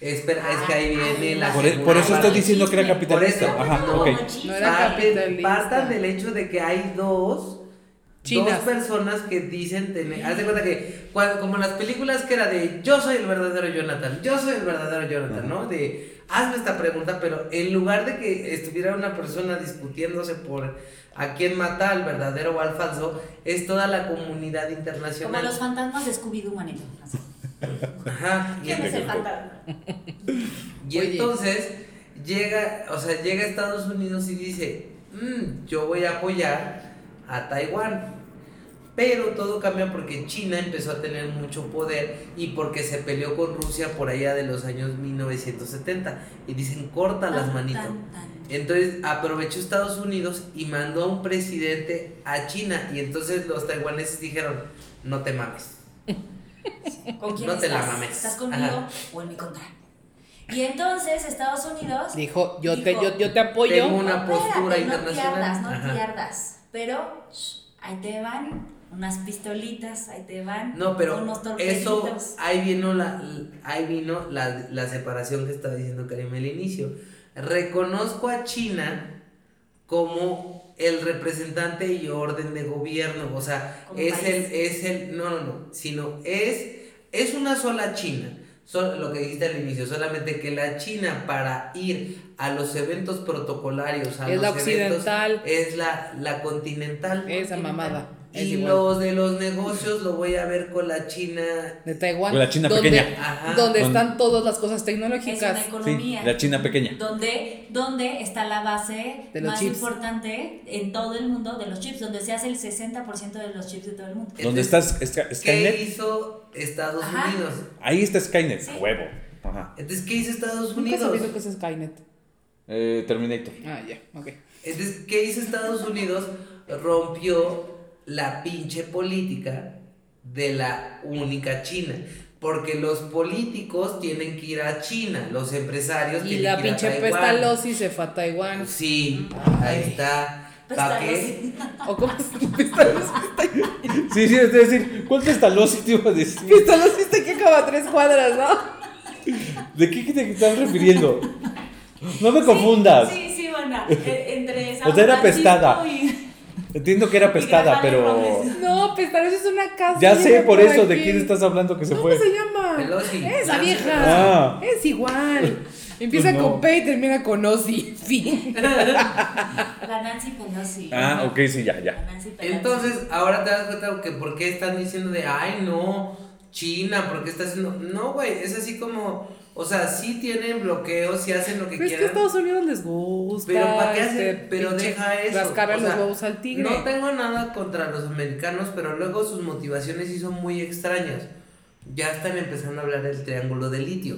Espera, es que ahí viene la. Por, e- por segunda eso estoy parte. diciendo que era capitalista. Por eso, Ajá, no. Ah, ok. Chisme. No era Parten, capitalista. partan del hecho de que hay dos. Chinas. Dos personas que dicen tener. Haz de cuenta que, cuando- como en las películas que era de yo soy el verdadero Jonathan, yo soy el verdadero Jonathan, ¿no? De hazme esta pregunta, pero en lugar de que estuviera una persona discutiéndose por a quién mata al verdadero o al falso, es toda la comunidad Como internacional. los fantasmas de Scooby-Doo, manito. así. Ajá. Y, ¿Quién es el Pendejo. fantasma? y entonces llega, o sea, llega a Estados Unidos y dice, "Mm, yo voy a apoyar a Taiwán. Pero todo cambia porque China empezó a tener mucho poder y porque se peleó con Rusia por allá de los años 1970. Y dicen, córtalas, Tan, manito. Ah, tan, tan. Entonces aprovechó Estados Unidos y mandó a un presidente a China. Y entonces los taiwaneses dijeron, no te mames. ¿Con quién No estás? te la mames. ¿Estás conmigo Ajá. o en mi contra? Y entonces Estados Unidos Dijo, yo te, Dijo, yo, yo te apoyo. Tengo una Espérate, postura No internacional. pierdas, no Ajá. pierdas. Pero shh, ahí te van unas pistolitas, ahí te van No, pero unos eso, torpeditos. ahí vino, la, ahí vino la, la separación que estaba diciendo Karim al inicio. Reconozco a China como el representante y orden de gobierno. O sea, Como es el, país. es el, no, no, no, sino es, es una sola China. Sol- lo que dijiste al inicio, solamente que la China para ir a los eventos protocolarios, a los Es la eventos, occidental. es la, la continental. Esa mamada. Es Y igual. los de los negocios lo voy a ver con la China. De Taiwán. Con la China donde, pequeña. Ajá. Donde Con- están todas las cosas Es una tecnológicas. Sí, economía. la China pequeña. donde, donde está la base De los más chips. importante en todo el mundo de los chips, donde se hace el 60% de los chips de todo el mundo. ¿Dónde Entonces, estás? Sky- ¿Qué Skynet. hizo Estados Ajá. Unidos? Ahí está Skynet. Sí. A huevo. Ajá. Entonces, ¿qué hizo Estados Nunca he Unidos? sabido que es Skynet. Eh, Terminator. Ah, ya, ok. Entonces, ¿qué hizo Estados Unidos? Rompió la pinche política de la única China. Porque los políticos tienen que ir a China, los empresarios Y tienen la que ir pinche a Taiwán. Pestalozzi se fue a Taiwán. Sí, ahí está. Pues, ¿Para está qué? ¿O cómo es? Pestalozzi. Sí, sí, es decir, ¿cuál Pestalozzi te iba a decir? Pestalozzi está aquí como a tres cuadras, ¿no? ¿De qué te estás refiriendo? No me confundas. Sí, sí, banda. E- Entre San O sea, era Francisco pestada. y- Entiendo que era pestada, Gran pero. Robles. No, Pestalozzi es una casa. Ya vive sé por eso aquí. pues, de quién estás hablando que se ¿Cómo fue. se llama? Pelosi. Esa Nancy vieja. Ah. Es igual. Empieza Pues no. con P y termina con Ozzy. Fin. La Nancy Pelosi. Ah, ok, sí, ya, La ya. Nancy Pelosi. Entonces, ahora te das cuenta que por qué están diciendo de, ay, no, China, porque está haciendo... No, güey, es así como, o sea, sí tienen bloqueos, sí hacen lo que Pero Pues es que a quieran. Estados Unidos les gusta. pero ¿para qué este, hacen? Pero pinche deja eso. Rascarle o los sea, huevos al tigre. No tengo nada contra los americanos, pero luego sus motivaciones sí son muy extrañas. Ya están empezando a hablar del triángulo de litio.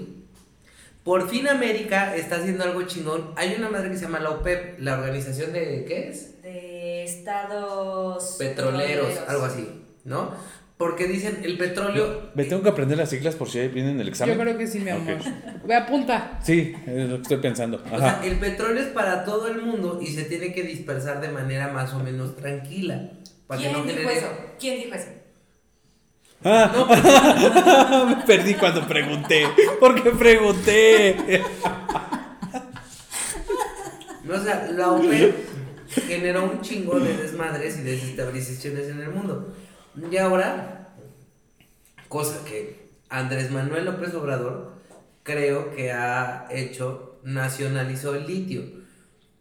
Por fin América está haciendo algo chingón. Hay una madre que se llama la OPEP, la organización de... ¿Qué es? de estados petroleros, algo así, ¿no? Porque dicen el petróleo. Me tengo que aprender las siglas por si ahí viene en el examen. Yo creo que sí, mi amor. Ok. Ve, apunta. Sí, es lo que estoy pensando. O sea, Ajá. el petróleo es para todo el mundo y se tiene que dispersar de manera más o menos tranquila. Para que ¿Quién no dijo genere. eso? ¿Quién dijo eso? Ah. Me perdí cuando pregunté. ¿Por qué pregunté? No, o sea, la OPEP generó un chingo de desmadres y desestabilizaciones en el mundo. Y ahora, cosa que Andrés Manuel López Obrador creo que ha hecho, nacionalizó el litio.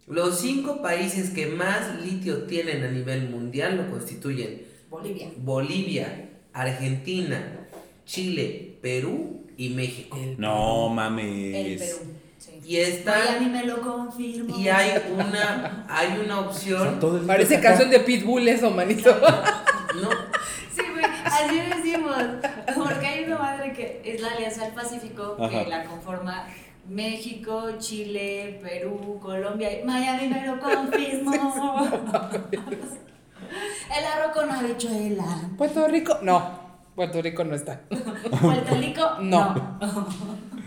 Los cinco países que más litio tienen a nivel mundial lo constituyen Bolivia. Bolivia, Argentina, Chile, Perú y México. No El mames. Perú. Sí. Y está Miami me lo confirmo. y hay una hay una O sea, opción todo el día Parece está acá. canción de Pitbull eso, manito. No, Sí, güey, así decimos. Porque hay una madre que es la Alianza del Pacífico, Ajá. que la conforma México, Chile, Perú, Colombia. y Miami me lo confirmo. El arroz con habichuela. Puerto Rico, no. Puerto Rico no está. Puerto Rico, No. no.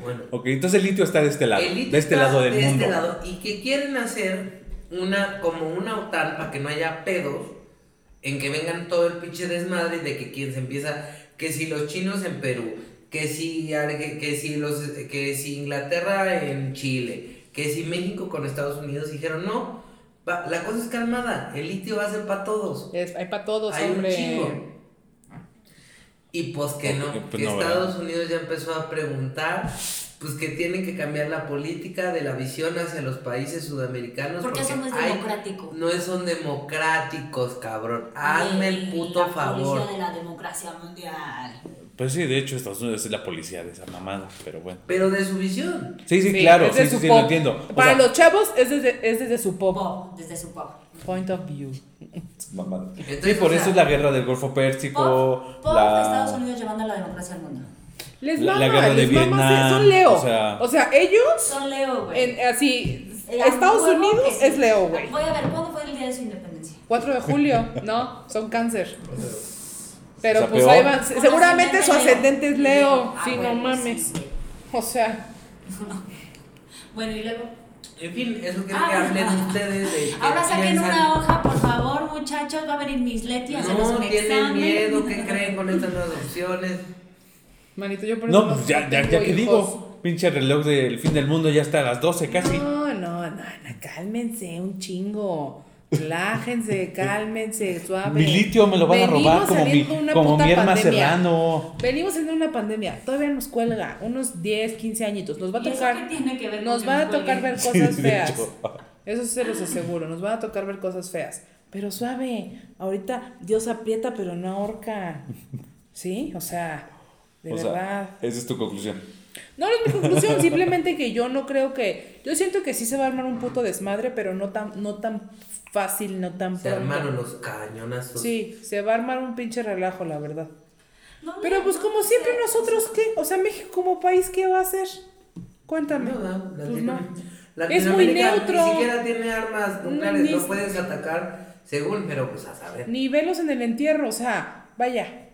bueno. Ok, entonces el litio está de este lado. El litio de este está lado del de este mundo. lado, y que quieren hacer una como una OTAN para que no haya pedos en que vengan todo el pinche desmadre de que quien se empieza que si los chinos en Perú, que si Arge- que si los que si Inglaterra en Chile, que si México con Estados Unidos dijeron, "No, va- la cosa es calmada, el litio va a ser para todos." Es- hay para todos, Hay un hombre. chingo. Y pues que no, Eh, pues que no, ¿verdad? Estados Unidos ya empezó a preguntar, pues que tienen que cambiar la política de la visión hacia los países sudamericanos. Porque eso no es hay- democrático. No son democráticos, cabrón. Hazme el puto la favor. Policía de la democracia mundial. Pues sí, de hecho, Estados Unidos es la policía de esa mamada, pero bueno. Pero de su visión. Sí, sí, Sí, claro, es de sí, sí, su sí, pop. lo entiendo. O Para sea, los chavos es desde, es desde su pop. Pop, desde su pop. Point of view. mamada. Entonces, sí, por o sea, eso es la guerra del Golfo Pérsico, Pop, pop de Estados la... Unidos llevando la democracia al mundo. Les La- mama, la guerra les de mama, sí, Vietnam, son Leo. o sea- ellos, Son Leo, güey. en- así, Eh, Estados a huevo Unidos que sí. es Leo, güey. Voy a ver, ¿cuándo fue el día de su independencia? 4 de julio, no, son cáncer. O Pero sea, pues peor. ahí van, se- seguramente su ascendente es Leo, Ah, sí, no bueno, mames. sí, sí. O sea, Bueno, y luego. En fin, eso que Ah, que hablen bueno. ustedes de qué Ahora saquen piensan. una hoja, por favor, muchachos. Va a venir Miss Leti a hacerles No un tienen examen. miedo, ¿qué creen con estas nuevas opciones? manito, yo por eso No, pues ya, ya, tengo ya que hijos. digo, pinche reloj del fin del mundo ya está a las 12 casi. No, no, no, no, cálmense un chingo. Relájense, cálmense, suave. Mi litio me lo van a Venimos robar como mi, saliendo de una como puta mi herma pandemia. serrano. Venimos en una pandemia, todavía nos cuelga unos 10, 15 añitos. Nos va a ¿Y eso qué tocar, tiene que ver con nos que va a nos tocar ver cuelguen? cosas Sí, de feas. hecho. Eso se los aseguro, nos van a tocar ver cosas feas. Pero suave, ahorita Dios aprieta, pero no ahorca. ¿Sí? O sea, de O sea, verdad. esa es tu conclusión. No, no es mi conclusión, simplemente que yo no creo que. Yo siento que sí se va a armar un puto desmadre, pero no tan, no tan fácil, no tan Se pronto. armaron los cañonazos. Sí, se va a armar un pinche relajo, la verdad. No, mira, Pero pues como siempre sé. nosotros, ¿qué? O sea, México como país, ¿qué va a hacer? Cuéntame. Nada, Pues Latinoam- no. Es muy Latinoamérica neutro. Ni siquiera tiene armas nucleares, Ni- no puedes atacar según, pero pues a saber. Ni velos en el entierro, o sea, vaya,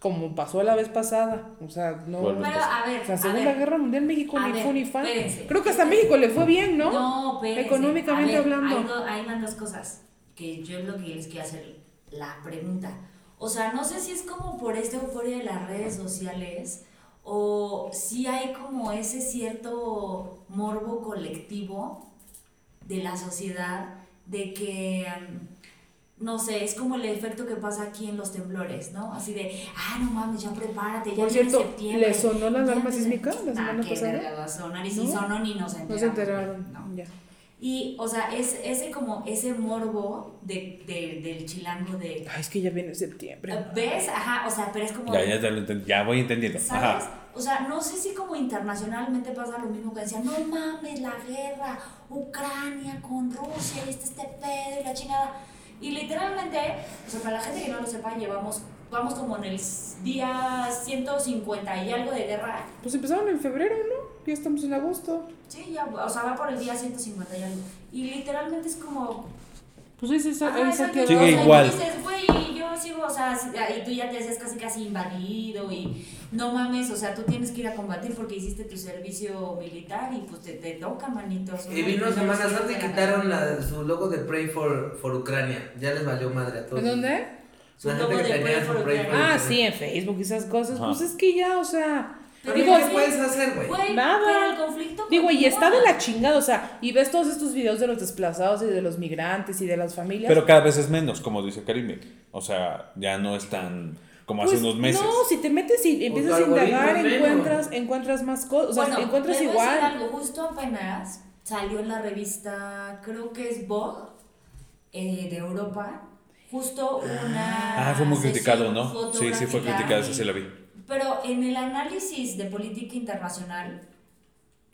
como pasó la vez pasada. O sea, no... Vuelve. Pero a ver, La a Segunda ver. Guerra Mundial México A ni ver, fue ni fan. espérense. Creo que hasta México le fue bien, ¿no? No, pero Económicamente hablando. Hay, do- ahí van dos cosas que yo es lo que les quiero hacer la pregunta. O sea, no sé si es como por esta euforia de las redes sociales o si hay como ese cierto morbo colectivo de la sociedad de que mm, no sé, es como el efecto que pasa aquí en los temblores, ¿no? Así de, ah, no mames, ya prepárate, ya Por viene cierto, septiembre, ¿le sonó la ya alarma viene- sísmica la Ah, semana qué pasada? verga va a sonar, y si ¿No? sonó ni nos enteramos. No se enteraron. No. Ya. Y, o sea, es ese como ese morbo de, de- del chilango de. Ay, es que ya viene septiembre. ¿Ves? Ajá, o sea, pero es como. Ya, ya, te lo entendí, ya voy entendiendo. ¿Sabes? Ajá. O sea, no sé si como internacionalmente pasa lo mismo que decían, no mames, la guerra, Ucrania con Rusia, y este, este pedo y la chingada. Y literalmente, o sea, para la gente que no lo sepa, llevamos, vamos como en el día 150 y algo de guerra. Pues empezaron en febrero, ¿no? Ya estamos en agosto. Sí, ya, o sea, va por el día 150 y algo. Y literalmente es como, Pues es esa, Ah, esa exacto, que y luego, Sigue o sea, igual. Y dices, güey, yo sigo, o sea, si- ah, y tú ya te haces casi casi invadido y no mames, o sea, tú tienes que ir a combatir porque hiciste tu servicio militar y pues te, te toca, manito. o sea, Y vino no Semana sé, Santa y te la- quitaron la- su logo de Pray for, for Ucrania. Ya les valió madre a todos. ¿En dónde? Su La logo gente que de tenía Pray su for Pray for Ucrania. Ucrania. Ah, sí, en Facebook y esas cosas. Ajá. Pues es que ya, o sea. Pero digo, ¿qué puedes hacer, güey? Güey, Nada. pero el conflicto. Digo, y continúa. está de la chingada, o sea, y ves todos estos videos de los desplazados y de los migrantes y de las familias. Pero cada vez es menos, como dice Karime. O sea, ya no es tan como Pues, hace unos meses. No, si te metes y empiezas a Pues, algoritmo indagar, es menos. encuentras, encuentras más cosas, o sea, Bueno, encuentras les voy a decir igual. algo, justo apenas salió en la revista, creo que es Vogue, eh, de Europa, justo una. Ah, fue muy sesión criticado, ¿no? Sí, sí, fue fotográfica. criticado, esa sí la vi. Pero en el análisis de política internacional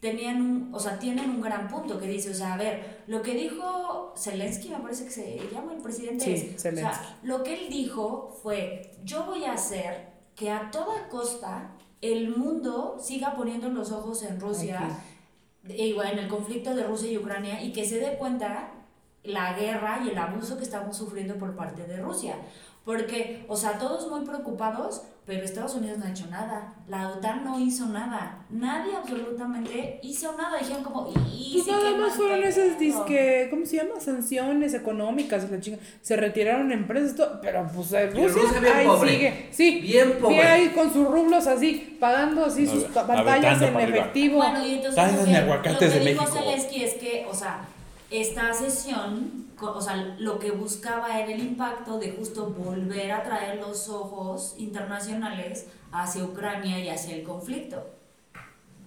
tenían un, o sea, tienen un gran punto que dice, o sea, a ver, lo que dijo Zelensky, me parece que se llama el presidente, Sí, es, o Zelensky. sea, lo que él dijo fue, yo voy a hacer que a toda costa el mundo siga poniendo los ojos en Rusia, e igual en el conflicto de Rusia y Ucrania, y que se dé cuenta la guerra y el abuso que estamos sufriendo por parte de Rusia. Porque, o sea, todos muy preocupados, pero Estados Unidos no ha hecho nada. La OTAN no hizo nada. Nadie absolutamente hizo nada. Dijeron como, y... Pues nada más fueron esas disque, ¿cómo se llama? Sanciones económicas, la chinga. Se retiraron empresas, todo, pero pues eh, Y Rusia, Rusia bien ahí pobre. sigue. Sí, Bien Sí, pobre. ahí con sus rublos así, pagando así A sus ver, ta- batallas aventando en para arriba. efectivo. Bueno, y entonces Dale lo en que, aguacates lo que de dijo México. Zelensky es que, o sea, esta sesión, co- o sea, lo que buscaba era el impacto de justo volver a traer los ojos internacionales hacia Ucrania y hacia el conflicto.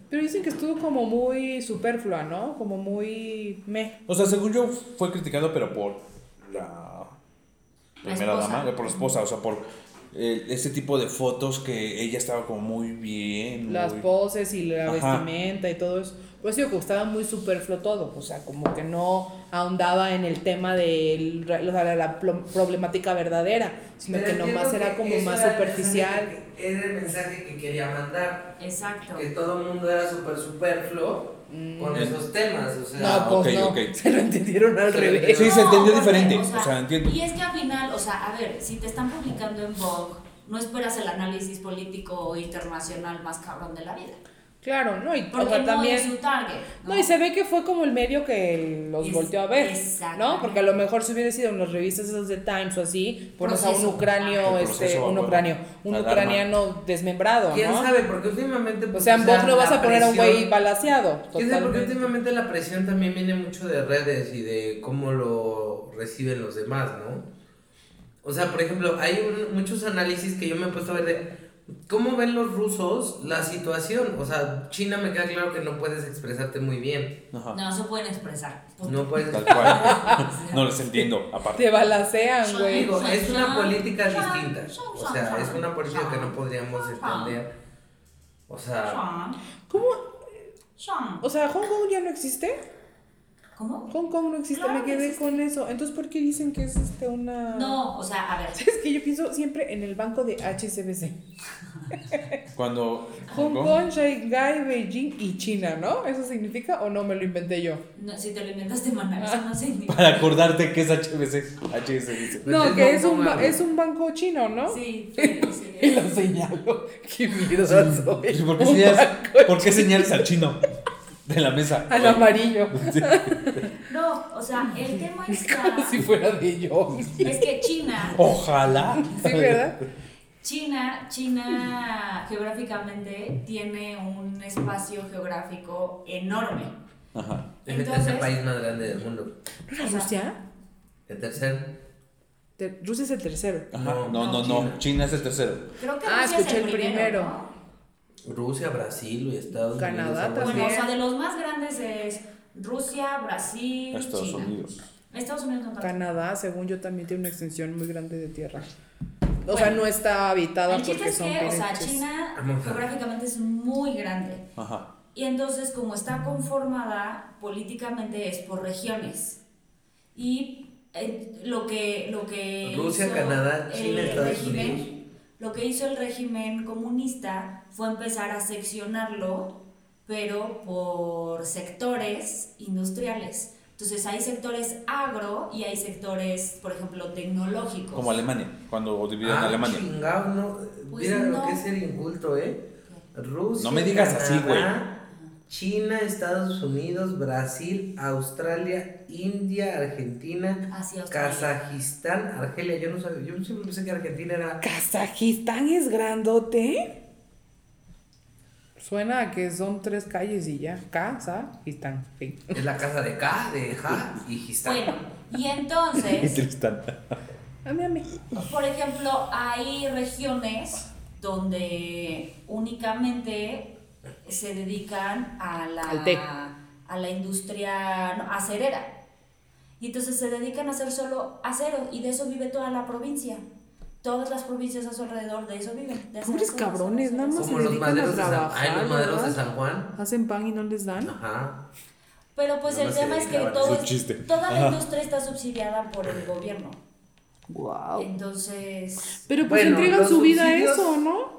Pero dicen que estuvo como muy superflua, ¿no? Como muy meh. O sea, según yo fue criticado, pero por la primera esposa. dama, por la esposa, o sea, por eh, este tipo de fotos que ella estaba como muy bien. Las muy- poses y la Ajá. vestimenta y todo eso. Pues digo que estaba muy superfluo todo. O sea, como que no ahondaba en el tema de la, la plo- problemática verdadera, sino que nomás era como más superficial. Era el mensaje que quería mandar, Exacto. que todo el mundo era súper superfluo Mm. con Mm. esos temas, o sea... No, Ah, pues ok, no. ok. Se lo entendieron al Se lo revés. Sí, se entendió diferente, porque, o sea, entiendo. Y es que al final, o sea, a ver, si te están publicando en Vogue, no esperas el análisis político internacional más cabrón de la vida. Claro, no, y o Porque sea, no también. es su target. No, y se ve que fue como el medio que los Es- volteó a ver, ¿no? exactamente. Porque a lo mejor si hubiera sido en las revistas esas de Times o así, pones a un Proceso. ucranio, El este, proceso, un bueno. ucranio, un La alarma. ucraniano desmembrado, ¿Quién ¿no? sabe? Porque últimamente... O pues, sea, en vos la- lo vas la a poner a un güey presión- balaseado. ¿Quién sabe? Porque totalmente. últimamente la presión también viene mucho de redes y de cómo lo reciben los demás, ¿no? O sea, por ejemplo, hay un- muchos análisis que yo me he puesto a ver de cómo ven los rusos la situación. O sea, China me queda claro que no puedes expresarte muy bien. Ajá, No se pueden expresar. No puedes Tal cual. no les entiendo, aparte. Te balasean, Yo güey. Digo, es una política distinta. O sea, es una política que no podríamos entender. O sea, ¿Cómo? O sea, Hong Kong ya no existe. ¿Cómo? Hong Kong no existe, Claro me que quedé existe. con eso. Entonces, ¿por qué dicen que es este una. No, o sea, a ver. Es que yo pienso siempre en el banco de HSBC. Cuando. Hong Kong, Shanghai, Beijing y China, ¿no? ¿Eso significa o no me lo inventé yo? no, si te lo inventaste, maná, eso no significa. Para acordarte que es HBC. HBC dice. No, Entonces, que ah. es no, un, no, ba- no. es un banco chino, ¿no? Sí, sí, sí. Y lo señalo. Qué mierda soy. ¿Y ¿Por qué Un señalas, banco por qué señalas al chino? De la mesa. Al amarillo. No, o sea, el tema está. Como si fuera de yo. Sí, Es que China, Oh. Ojalá. ¿verdad? China, China geográficamente tiene un espacio geográfico enorme. Ajá. es el Entonces- tercer este país más grande del mundo. O sea, ¿Rusia? El tercer. Te- Rusia es el tercero. Ajá. No, No, no, no. China. China es el tercero. creo que Ah, Rusia escuché es el el primero. primero. ¿no? Rusia, Brasil y Estados Unidos. Canadá algo así. Bueno, o sea, Bien. de los más grandes es Rusia, Brasil, Estados China. Unidos. Estados Unidos no tanto. Canadá, según yo, también tiene una extensión muy grande de tierra. O Bueno. sea, no está habitada El chiste porque es son que, o sea, perenches. China Vamos a ver. geográficamente es muy grande. Ajá. Y entonces, como está conformada políticamente, es por regiones. Y eh, lo que. Lo que Rusia, Canadá, China, Estados Unidos. Lo que hizo el régimen comunista fue empezar a seccionarlo, pero por sectores industriales. Entonces, hay sectores agro y hay sectores, por ejemplo, tecnológicos. Como Alemania. Cuando dividieron Ah, Alemania. chingao, no. Pues Mira no. lo que es ser inculto, ¿eh? Rusia. No me digas así, güey. Canadá, China, Estados Unidos, Brasil, Australia, India, Argentina, Ah, Así, Australia. Kazajistán, Argelia. Yo no sabía, yo siempre pensé que Argentina era. ¿Kazajistán es grandote? Suena a que son tres calles y ya. Kazajistán. Fin. Es la casa de K, de Ja y Gistán. Bueno, y Y entonces. Tristán. Ame, ame. Por ejemplo, hay regiones donde únicamente se dedican a Al té. la, a la industria no, acerera. Y entonces se dedican a hacer solo acero y de eso vive toda la provincia. Todas las provincias a su alrededor de eso viven. de hacer Pobres acero, acero, cabrones, acero, nada más. Como acero. se los dedican a maderos de San trabajar, Ay, los maderos de ¿verdad? San Juan. ¿Hacen pan y no les dan? Ajá. Pero pues No el me tema sé, es que cabrón, todo es un es- chiste. toda la Ajá. industria está subsidiada por el gobierno. Wow. Entonces, Pero pues Bueno, entregan los su vida a subsidios- eso, ¿no?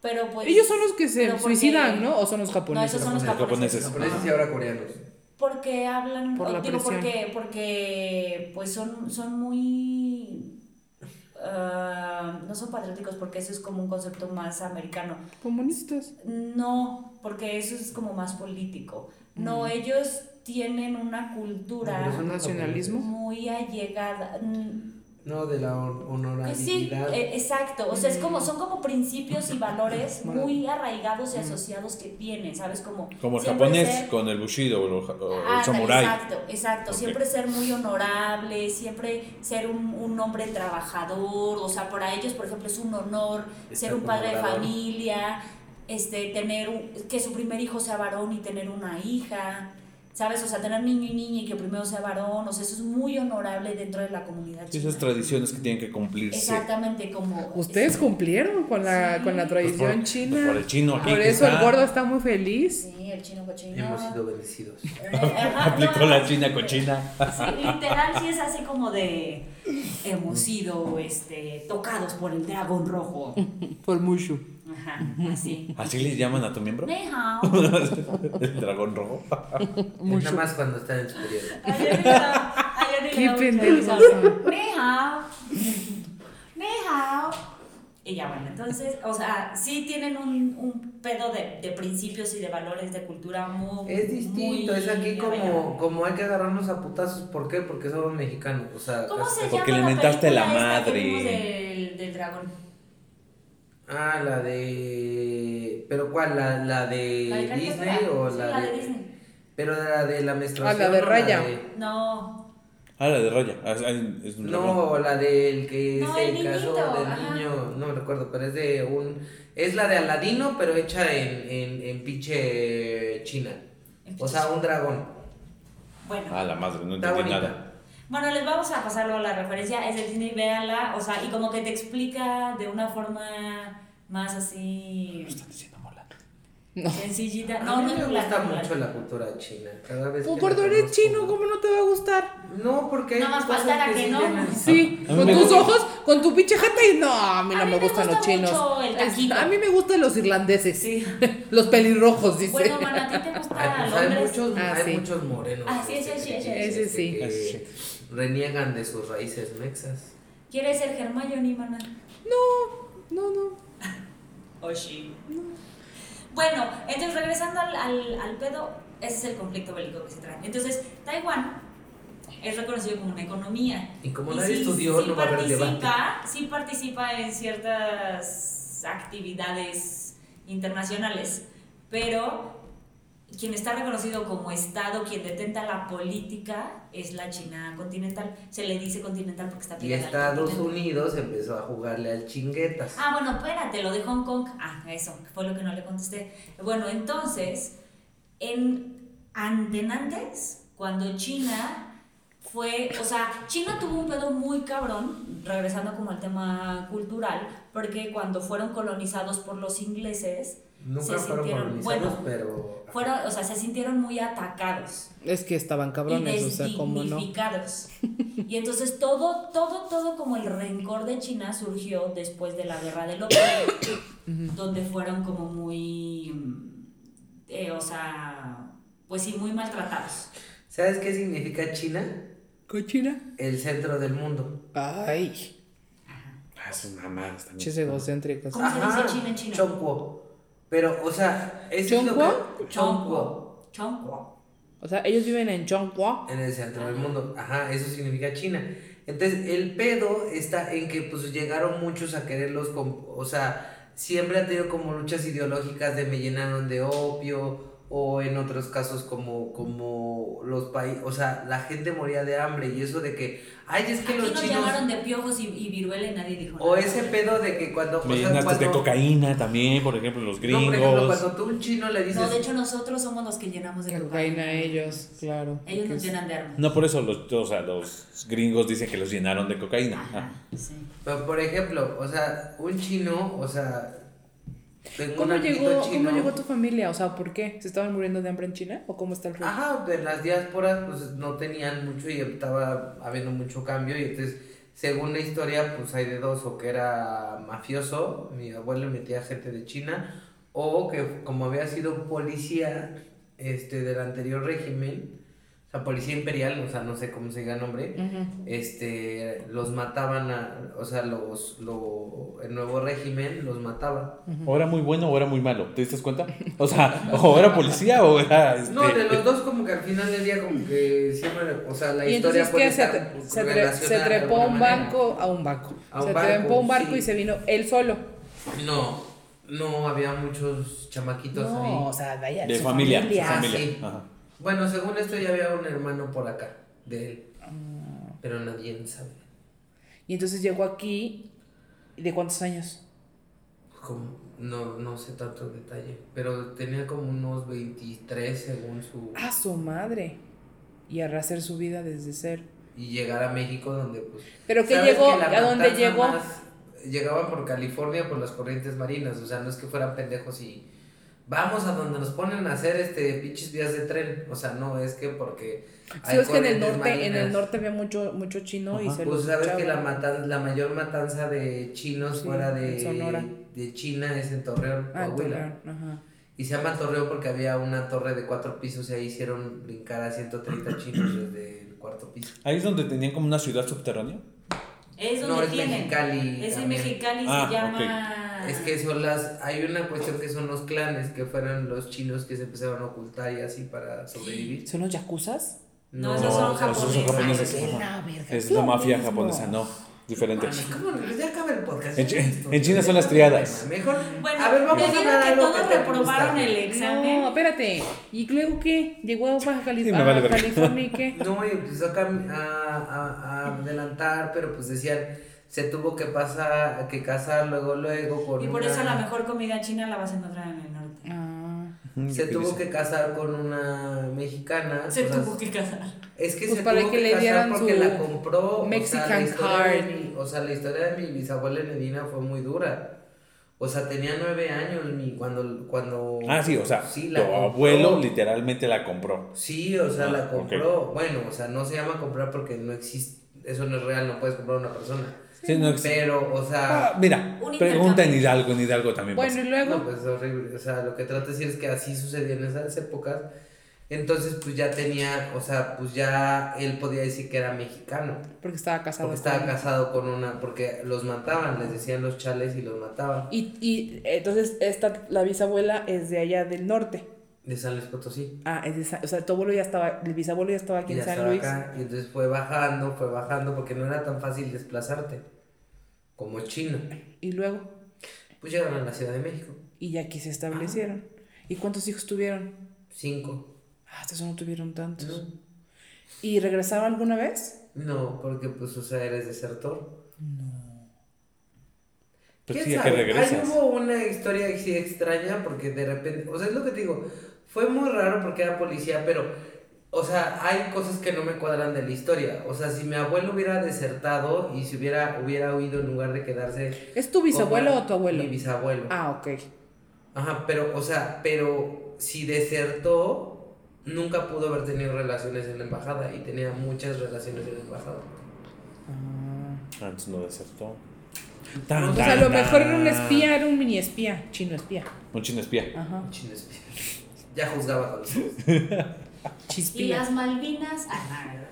pero pues... Ellos son los que pero se porque- suicidan, ¿no? ¿O son los No, esos japoneses? son los Los japoneses. japoneses. Japoneses y ahora coreanos. Porque hablan, Por o la digo, presión. porque, porque pues son, son muy, ah, no son patrióticos porque eso es como un concepto más americano. Comunistas. No, porque eso es como más político. Mm. No, ellos tienen una Pero cultura son Nacionalismo. muy allegada. mm, No, de la hon- honorabilidad. que Sí, eh, exacto. O sea, es como, son como principios y valores muy arraigados y Mm. asociados que tienen, ¿sabes? Como, Como el siempre japonés ser- con el bushido o lo- o el Ándale, samurái. Exacto, exacto. Ok. Siempre ser muy honorable, siempre ser un, un hombre trabajador. O sea, para ellos, por ejemplo, es un honor ser Estar un padre de colaborador. familia, este, tener un- que su primer hijo sea varón y tener una hija. ¿sabes? O sea, tener niño y niña y que primero sea varón, o sea, eso es muy honorable dentro de la comunidad. Sí, esas china. tradiciones que tienen que cumplirse. Exactamente, como... Ustedes cumplieron con la, Sí. con la Pues tradición por, china. pues por el chino aquí. Por que eso el está. gordo está muy feliz. Sí, el chino cochino. Eh, Hemos sido bendecidos. Ajá, Aplicó no, la no, china sí, cochina. Sí, literal, sí es así como de hemos sido este, tocados por el dragón rojo. Por Mushu. Ajá, así. ¿Así le llaman a tu miembro? Nihao. el dragón rojo. Nada más cuando están en su periodo. Ayer le daba- ayer le Qué daba mucha pendejo. risa. Nihao. Nihao. Y ya bueno, entonces, o sea, sí tienen un, un pedo de, de principios y de valores de cultura muy. Es distinto, muy es aquí arraigado. como, como hay que agarrarnos a putazos. ¿Por qué? Porque somos mexicanos. O sea, ¿Cómo se llama? Porque le la mentaste la película esta que madre. vimos Del, del dragón. Ah, la de. ¿Pero cuál? ¿La, la de ¿La de caricatura? Disney o Sí, la, de... Disney. Pero la de la menstruación. Ah, la de o Raya. de- No. Ah, la de Raya. Ah, es- ah, es un dragón. No, la del que No, se el casó niñito, del ajá. niño. No me recuerdo, pero es de un. Es la de Aladino, pero hecha en, en, en pinche China. O sea, un dragón. Bueno. Ah, la madre, no Está entendí bonita. nada. Bueno, les vamos a pasar luego la referencia. Es del Disney, véanla. O sea, y como que te explica de una forma más así. diciendo Sencillita. a No, mí no me es gusta la- mucho la cultura china. Cada vez Pues que la gordo eres conozco. chino, ¿cómo no te va a gustar? No, porque. hay Nada más cosas faltara que sí no. tienen- Sí, A mí con me tus gusta. ojos, con tu pinche jata y no, a mí no A mí me me gustan gusta los chinos. mucho el Es- taquito. a mí me gustan los irlandeses, Sí. los pelirrojos, dice. Bueno, mano, ¿a ti te Ay, gusta pues hay Londres? muchos, Ah, hay sí. muchos morenos. Ah, sí, sí, este, sí, sí, que- sí. este, Ese sí. que Ese Reniegan de sus raíces mexas. ¿Quieres ser Hermione, mana? No, no. Oshi. Bueno, entonces regresando al, al, al pedo, ese es el conflicto bélico que se trae. Entonces, Taiwán es reconocido como una economía. Y como Y nadie sí- estudió, sí no va a haber debate. participa, sí participa en ciertas actividades internacionales, pero quien está reconocido como Estado, quien detenta la política, es la China continental. Se le dice continental porque está Y pegada al Estados continente. Unidos empezó a jugarle al chinguetas. Ah, bueno, espérate, lo de Hong Kong. Ah, eso, fue lo que no le contesté. Bueno, entonces, en antes, cuando China fue, o sea, China tuvo un pedo muy cabrón, regresando como al tema cultural, porque cuando fueron colonizados por los ingleses, Nunca se fueron sintieron- colonizados, bueno, pero. fueron, o sea, se sintieron muy atacados Es que estaban cabrones, y o sea, cómo no. desdignificados. Y entonces todo, todo, todo como el rencor de China surgió después de la guerra del opio, donde fueron como muy, mm, eh, o sea, pues sí, muy maltratados. ¿Sabes qué significa China? ¿Cochina? El centro del mundo. Ay, Ah, sus mamás también. pinches egocéntricos. ¿Cómo se dice China en chino? Chonguo. Pero, o sea, eso es lo ¿Chonguo? que. Chonguo. Chonguo. O sea, ellos viven en Chongqua. En el centro del mundo. Ajá, eso significa China. Entonces, el pedo está en que pues llegaron muchos a quererlos, con, o sea, siempre ha tenido como luchas ideológicas de me llenaron de opio o en otros casos como, como los países, o sea, la gente moría de hambre y eso de que, ay, es que Aquí los nos chinos... llamaron de piojos y, y viruela y nadie dijo O nada. ese pedo de que cuando... o Me sea, llenaste cuando- de cocaína también, por ejemplo, los No, por ejemplo, gringos. cuando tú a un chino le dices... No, de hecho nosotros somos los que llenamos de La cocaína. cocaína a ellos, claro. Ellos porque nos es- llenan de armas. No, por eso los, o sea, los gringos dicen que los llenaron de cocaína. Ajá, Ah, sí. Pero, por ejemplo, o sea, un chino, o sea... tengo un ¿Cómo amiguito llegó, chino- ¿Cómo llegó tu familia? O sea, ¿por qué? ¿Se estaban muriendo de hambre en China? ¿O cómo está el rollo? Ajá, de las diásporas pues no tenían mucho y estaba habiendo mucho cambio y entonces según la historia pues hay de dos, o que era mafioso, mi abuelo metía gente de China, o que como había sido policía este, del anterior régimen, o sea, policía imperial, o sea, no sé cómo se diga el nombre, Ujú. este, los mataban, a- o sea, los, lo, el nuevo régimen los mataba. O era muy bueno o era muy malo, ¿te diste cuenta? O sea, o era policía o era... Este, No, de los dos como que al final del día como que siempre, o sea, la ¿Y historia entonces puede qué? Se, estar tre- se tre- se relacionada de trepó a alguna un manera. banco, a un banco. A un se banco, trepó a un barco sí. y se vino él solo. No, no había muchos chamaquitos ahí. sea, vaya. de su familia. familia. su familia. Sí. Ajá. Bueno, según esto ya había un hermano por acá de él, Mm. pero nadie sabe. Y entonces llegó aquí. ¿De cuántos años? como- no, no sé tanto detalle, pero tenía como unos 23 según su... A su madre. Y rehacer su vida desde cero. Y llegar a México donde pues... Pero que sabes llegó, la a dónde matanza llegó. más Llegaban por California por las corrientes marinas, o sea, no es que fueran pendejos y... Vamos a donde nos ponen a hacer este pinches vías de tren, o sea, no es que porque... Sí, es que en el corrientes norte, en el marinas. norte había mucho, mucho chino y Ajá. se Pues los sabes que echaban. la, matan- la mayor matanza de chinos Sí, fuera en Sonora. de, de China es en Torreón, Ah, en Coahuila. Torreón, ajá. Y se llama Torreón porque había una torre de cuatro pisos y ahí hicieron brincar a 130 chinos desde el cuarto piso. Ahí es donde tenían como una ciudad subterránea. Es donde No, es tienen. Mexicali. Es en también. Mexicali Ah, se llama. Es que son las. Hay una cuestión que son los clanes que fueron los chinos que se empezaron a ocultar y así para sobrevivir. ¿Son los yakuzas? No, esos son esos son japoneses. japoneses. Ay, Ajá. Ah, la verga, Es lo la mafia mismo. japonesa, no. Diferente. Así como Pues ya acaba el podcast. En Chi- Ya listo. en China son las triadas. Mejor. Bueno, a ver, vamos te a digo hablar que algo todos que te reprobaron gusta. el No, examen. espérate. ¿Y luego qué? ¿Llegó a Baja Cali- Sí, me vale a verga. California y qué? No, y empezó a, cam- a- a- a adelantar, pero pues decían, se tuvo que pasar, que casar luego, luego con Y por eso una- la mejor comida china la vas a encontrar en el norte. Ah, Mm, Se tuvo que casar con una mexicana. Se o sea, tuvo que casar. Es que Pues se para tuvo que que, le casar dieran porque su la compró. o sea, Mexican la historia de card. mi- o sea, la historia de mi bisabuela Nedina fue muy dura. O sea, tenía nueve años mi, cuando, cuando... Ah, sí, o sea, Sí, tu la compró. abuelo literalmente la compró. Sí, o sea, Ah, la compró. Bueno, o sea, no se llama comprar porque no existe... Eso no es real, no puedes comprar a una persona. Sí, no ex- Pero, o sea... Ah, mira, Un pregunta en intercambio. Hidalgo, en Hidalgo también Bueno, pasa. y luego. No, pues es horrible. O sea, lo que trato de decir es que así sucedía en esas épocas. Entonces, pues ya tenía, o sea, pues ya él podía decir que era mexicano. Porque estaba casado. Porque con- estaba casado con una, porque los mataban, les decían los chales y los mataban. Y, y entonces esta, la bisabuela es de allá del norte. De San Luis Potosí. Ah, es de Sa- o sea, tu abuelo ya estaba, el bisabuelo ya estaba Y aquí en ya San estaba Luis. acá. Y entonces fue bajando, fue bajando, porque no era tan fácil desplazarte. Como chino. Y luego, Pues llegaron a la Ciudad de México. y ya aquí se establecieron. ¿Y cuántos hijos tuvieron? Cinco. Ah, estos no tuvieron tantos. ¿Y regresaron alguna vez? No, porque pues, o sea, eres desertor. Pues ¿Quién sí, a que sabe? regresas. Ahí hubo una historia que sí extraña porque de repente, o sea, es lo que te digo, fue muy raro porque era policía, pero, o sea, hay cosas que no me cuadran de la historia. O sea, si mi abuelo hubiera desertado y si hubiera, hubiera huido en lugar de quedarse... ¿Es tu bisabuelo como o tu abuelo? Mi bisabuelo. Ah, ok. Ajá, pero, o sea, pero si desertó, nunca pudo haber tenido relaciones en la embajada y tenía muchas relaciones en la embajada. Ah. Antes no desertó. O sea, Pues, a lo mejor era un espía, era un mini espía, chino espía. Un chino espía. Ajá. Chino espía. Ya juzgaba con los ojos. Y Chispía. las Malvinas. Ah, no, no, no.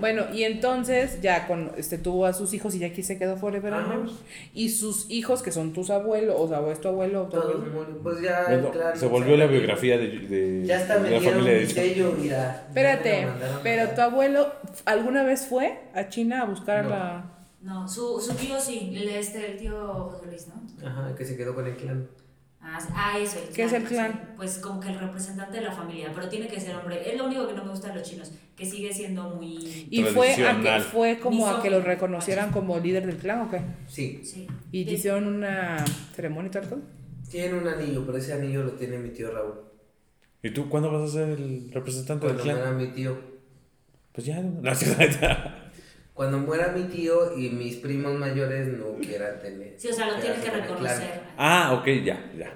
Bueno, y entonces ya con este tuvo a sus hijos y ya aquí se quedó forever and Ajá. ever. Y sus hijos, que son tus abuelos, o sea, o es tu abuelo o tu Todos abuelo. murieron. Pues ya, Bueno, claro, se o volvió sea, la biografía de, de- Ya está, de me la dieron familia de mi sello, mira. Ya me Espérate, lo mandaron a- pero tu abuelo, ¿alguna vez fue a China a buscar No. a la. No, su, su tío sí, el, este, el tío José Luis, ¿no? Ajá, que se quedó con el clan. Ah, ah, eso. El ¿Qué es el sí. clan? Pues como que el representante de la familia, pero tiene que ser hombre. Es lo único que no me gusta de los chinos, que sigue siendo muy... Y fue a que Tradicional. fue como a que lo Misógino. reconocieran como líder del clan o qué. Sí. Sí. Y te De- hicieron una ceremonia y tal. cosa? Tiene un anillo, pero ese anillo lo tiene mi tío Raúl. ¿Y tú cuándo vas a ser el representante Cuando del clan? muera mi tío. Pues ya, no. No, sí, ya. Cuando muera mi tío y mis primos mayores no quieran tener. Sí, o sea, lo tiene quedarse que con el clan. reconocer. Ah, ok, ya, ya.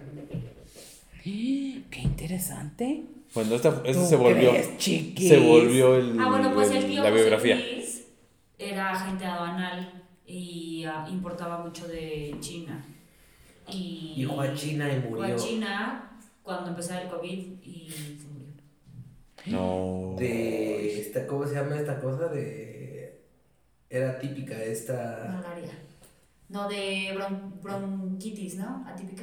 Qué interesante. Bueno, esta, esta ¿Tú se volvió. crees, chiquis? Se volvió el, Ah, bueno, pues el el- tío la José biografía. Luis era agente aduanal y ah, importaba mucho de China. Y, Y fue a China y Fue murió. a China cuando empezó el COVID y se murió. No. De. Esta, ¿Cómo se llama esta cosa? De. Era típica esta. Malaria. No, de bron- bronquitis, ¿no? Atípica.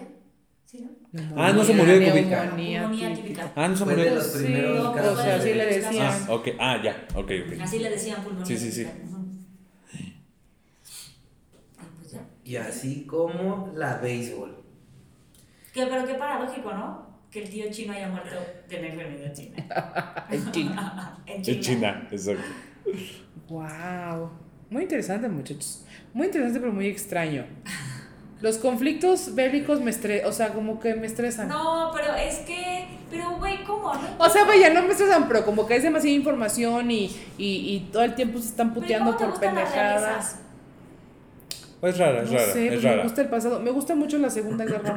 Sí, ¿no? Ah, no se murió de COVID. Neumonía Neumonía típica. típica. Ah, no se Fue murió. de los Sí, primeros o sea, casos. sí de- le decían. Ah, ok. Ah, ya. Ok, ok. Así le decían pulmonía. Sí, sí, sí. típica. Ujú. Ah, pues ya. Y así como la béisbol. Que, pero qué paradójico, ¿no? Que el tío chino haya muerto de la enfermedad china. En China. En China. En China, exacto. Wow. Muy interesante, muchachos. Muy interesante, pero muy extraño. Los conflictos bélicos me estresan, o sea, como que me estresan. No, pero es que, pero güey, ¿cómo? No? O sea, vaya, no me estresan, pero como que es demasiada información y, y, y todo el tiempo se están Pero, puteando ¿cómo te por gustan las pendejadas. revisas? Es rara, es no rara, sé, es pues rara. me gusta el pasado. Me gusta mucho la Segunda Guerra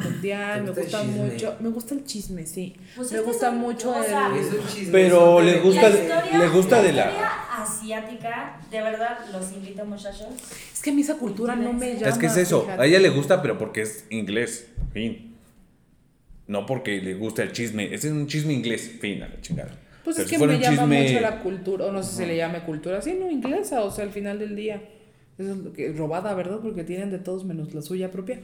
¿Te Mundial, me gusta gusta el chisme? mucho. Me gusta el chisme, sí. Pues me este gusta es un- mucho o el. sea, Es un chisme, es Pero un le bebé. gusta- la historia, le gusta de la- historia asiática, de verdad, los invito muchachos. Es que a mí esa cultura no me llama. Es que es eso, fíjate. a ella le gusta, pero porque es inglés, fin. No porque le gusta el chisme, ese es un chisme inglés, fin, a la chingada. Pues Pero es si que fuera me un llama mucho la cultura, o no sé si se le llame cultura, sí, no, inglesa, o sea, al final del día. Eso es lo que, robada, ¿verdad? Porque tienen de todos menos la suya propia.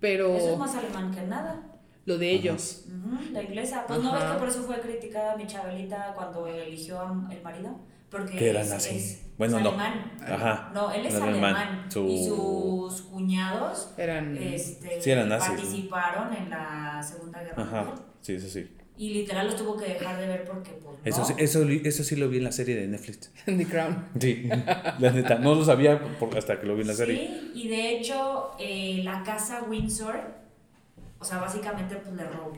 Pero Eso es más alemán que nada. lo de ellos. Ujú, la inglesa. Pues no ves Ajá. que por eso fue criticada mi Chabelita cuando eligió a el marido. Porque Que eran es- así. es- Bueno, es no. alemán. Ajá. No, él es Era alemán. alemán. Su- Y sus cuñados Eran. este, Sí, eran nazis, ¿no? participaron en la Segunda Guerra Ajá, Mundial. sí, eso sí. Y literal los tuvo que dejar de ver porque, pues. Eso, no. sí eso, li- eso sí lo vi en la serie de Netflix. The Crown. Sí, la neta, no lo sabía por- hasta que lo vi en la serie. Sí, y de hecho, eh, la casa Windsor, o sea, básicamente pues, le robó,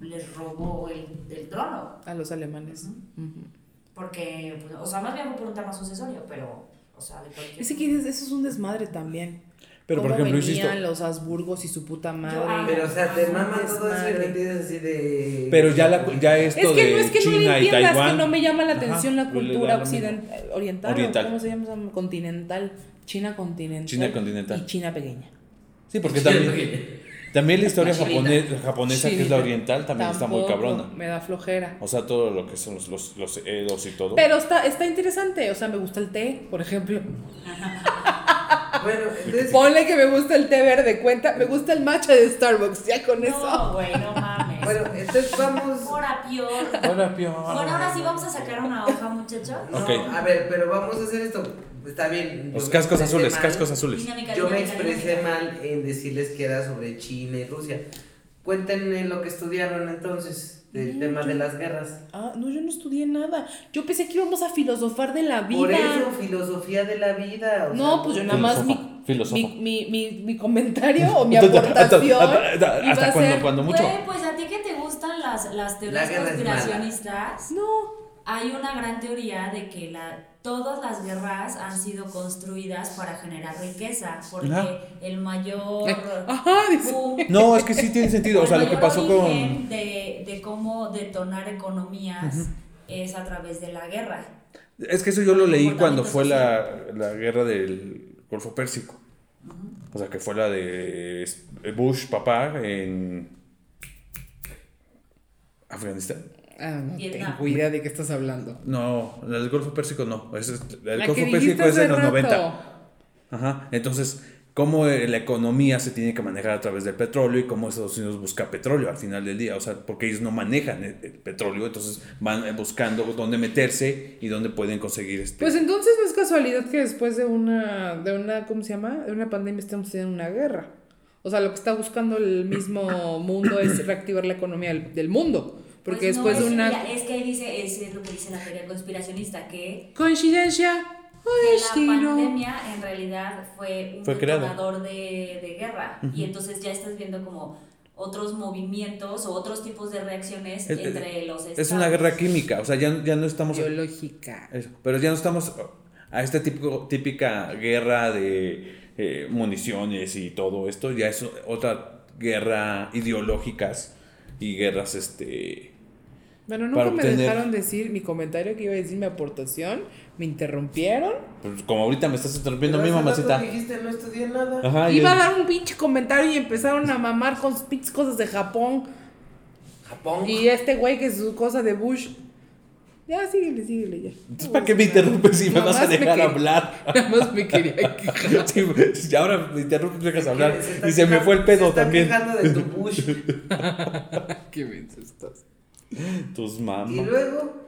les robó el, el trono. A los alemanes. Ujú. Porque, pues, o sea, más bien fue por un tema sucesorio, pero, o sea, de cualquier. Ese que es- eso es un desmadre también. Pero por Cómo ejemplo, venían insisto, los Habsburgos y su puta Yo amo. madre. Pero, o sea, Ah, te maman todo eso y Desmadre. lo entiendes así de. pero ya, la, ya esto Es que de no es que no lo China y entiendas, Taiwán. que no me llama la Ajá, atención la no le da cultura lo occidental, oriental, ¿o Oriental. ¿cómo se llama? esa- Continental. China continental. China continental. Y China pequeña. Sí, porque también, también la historia Chilita. japonés- japonesa, que es la Chilita. oriental, también está muy Tampoco, cabrona. Me da flojera. O sea, todo lo que son los, los, los edos y todo. Pero está, está interesante, o sea, me gusta el té, por ejemplo. Bueno, entonces. Ponle que me gusta el té verde, cuenta, me gusta el matcha de Starbucks, ya con eso. No, güey, no mames. Bueno, entonces vamos. Ahora peor. Hola, Pio. Bueno, ahora sí vamos a sacar una hoja, muchachos. No, Ok. a ver, pero vamos a hacer esto. Está bien. yo Los me cascos expresé azules, mal. cascos azules. Dinámica, Yo me dinámica, expresé dinámica. mal en decirles que era sobre China y Rusia. Cuéntenme lo que estudiaron entonces del tema de las guerras. Ah, no, yo no estudié nada. Yo pensé que íbamos a filosofar de la vida. Por eso, filosofía de la vida. o No, sea, pues yo nada más mi, Filósofo, filósofo. mi, mi, mi- mi comentario o mi Hasta- aportación hasta- hasta- iba hasta a cuando, ser- cuando mucho. Güey, pues a ti que te gustan las, las teorías guerra es mala. conspiracionistas, No, hay una gran teoría de que la, todas las guerras han sido construidas para generar riqueza, porque Ajá. el mayor... ajá, dice. boom- No, es que sí tiene sentido. O sea, el lo que mayor pasó origen con. De, de cómo detonar economías es a través de la guerra. Es que eso yo lo leí Comportamiento cuando fue la, la guerra del Golfo Pérsico. O sea, que fue la de Bush, papá, en. Afganistán. Ah, no Vietnam. tengo idea de qué estás hablando. No, la del Golfo Pérsico no. Esa es- la del La que Golfo dijiste Pérsico es de hace los rato. 90. Ajá. Entonces, cómo eh, la economía se tiene que manejar a través del petróleo y cómo Estados Unidos busca petróleo al final del día. O sea, porque ellos no manejan el, el petróleo, entonces van eh, buscando dónde meterse y dónde pueden conseguir este. Pues entonces no es casualidad que después de una, de una, ¿cómo se llama? De una pandemia estamos en una guerra. O sea, lo que está buscando el mismo mundo es reactivar la economía del, del mundo. Porque Pues no, después de es- una mira, es que ahí dice, es lo que dice la teoría conspiracionista, que coincidencia, que ay, sí, la no. pandemia en realidad fue un Fue creada. detonador de, de guerra y entonces ya estás viendo como otros movimientos o otros tipos de reacciones Es- entre los estados. es una guerra química, o sea, ya, ya no estamos. biológica. Eso, pero ya no estamos a esta típico- típica guerra de eh, municiones y todo esto, ya es otra guerra ideológicas y guerras este Bueno, Para nunca me obtener- dejaron decir mi comentario que iba a decir mi aportación, me interrumpieron. pues, como ahorita me estás interrumpiendo Pero a mí hace rato mamacita. Ah. dijiste, no estudié nada. Ajá, y Iba a el- dar un pinche comentario y empezaron a mamar con sus pinches cosas de Japón. Japón. Y este güey que es su cosa de Bush. Ya, síguele, síguele, ya. Entonces, ¿para qué me interrumpes si me Nada vas a más me dejar quería- hablar? Nada más me quería quejar. Sí, y ahora me interrumpes, me dejas hablar. Que está Y se me quejando- fue el se pedo está también. quejando de tu Bush. Qué menso estás. Tus Y mamás. luego,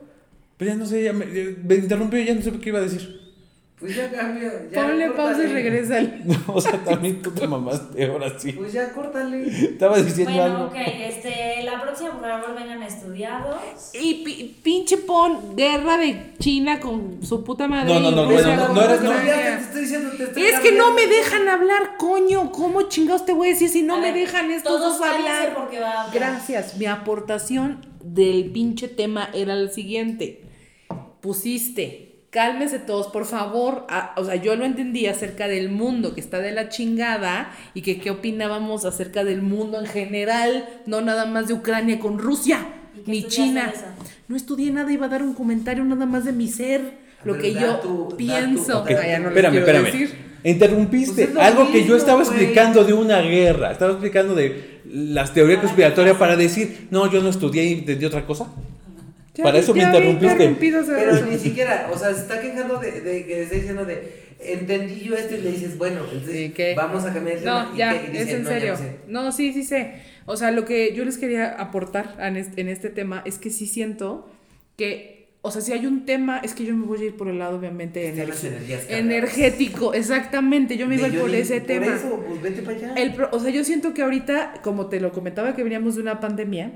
Pero ya no sé, ya me, ya- me interrumpió, ya no sé qué iba a decir. Pues ya cambia. Ya Ponle pausa y córtale. regrésale. o sea, también tú te mamaste ahora sí. Pues ya córtale. Estaba diciendo Bueno, algo. ok, este, la próxima por favor vengan estudiados. Y pi- pinche pon guerra de China con su puta madre. No, no, no, y bueno, Rusia no, con no eres- no- Ya Ucrania. te estoy diciendo, te estoy Es que no me cambiando. dejan hablar, coño. ¿Cómo chingados te voy a decir si no A me ver, dejan estos todos dos hablar? cállense porque va a hablar. Gracias. Mi aportación del pinche tema era el siguiente. Pusiste, cálmense todos, por favor. Ah, o sea, yo lo entendí acerca del mundo que está de la chingada y que qué opinábamos acerca del mundo en general, no nada más de Ucrania con Rusia, ¿Y qué ni estudiaste China. de eso? No estudié nada, iba a dar un comentario nada más de mi ser, A lo ver, que da yo tu- da tu- pienso. ok, Que- Ah, ya no les espérame, quiero espérame. decir. Pues Interrumpiste es lo algo que mismo, yo estaba güey. explicando de una guerra. Estaba explicando de las teorías conspiratorias para decir, no, yo no estudié y entendí otra cosa. Ya Para vi- eso me ya vi interrumpiste. interrumpido, o sea, Pero ni siquiera, o sea, se está quejando de, de que le está diciendo de entendí yo esto y le dices, bueno, entonces Sí, ¿qué? vamos a cambiar el tema. No, ¿Y ya, qué? Y dice, es en "No, ya serio. no sé". No, sí, sí sé. O sea, lo que yo les quería aportar en este, en este tema es que sí siento que, o sea, si hay un tema, es que yo me voy a ir por el lado, obviamente, Están las energi- energías cargadas. energético. Exactamente, yo me iba a De ir por Johnny, ese tema. eso, pues vete para allá. El pro- o sea, yo siento que ahorita, como te lo comentaba, que veníamos de una pandemia,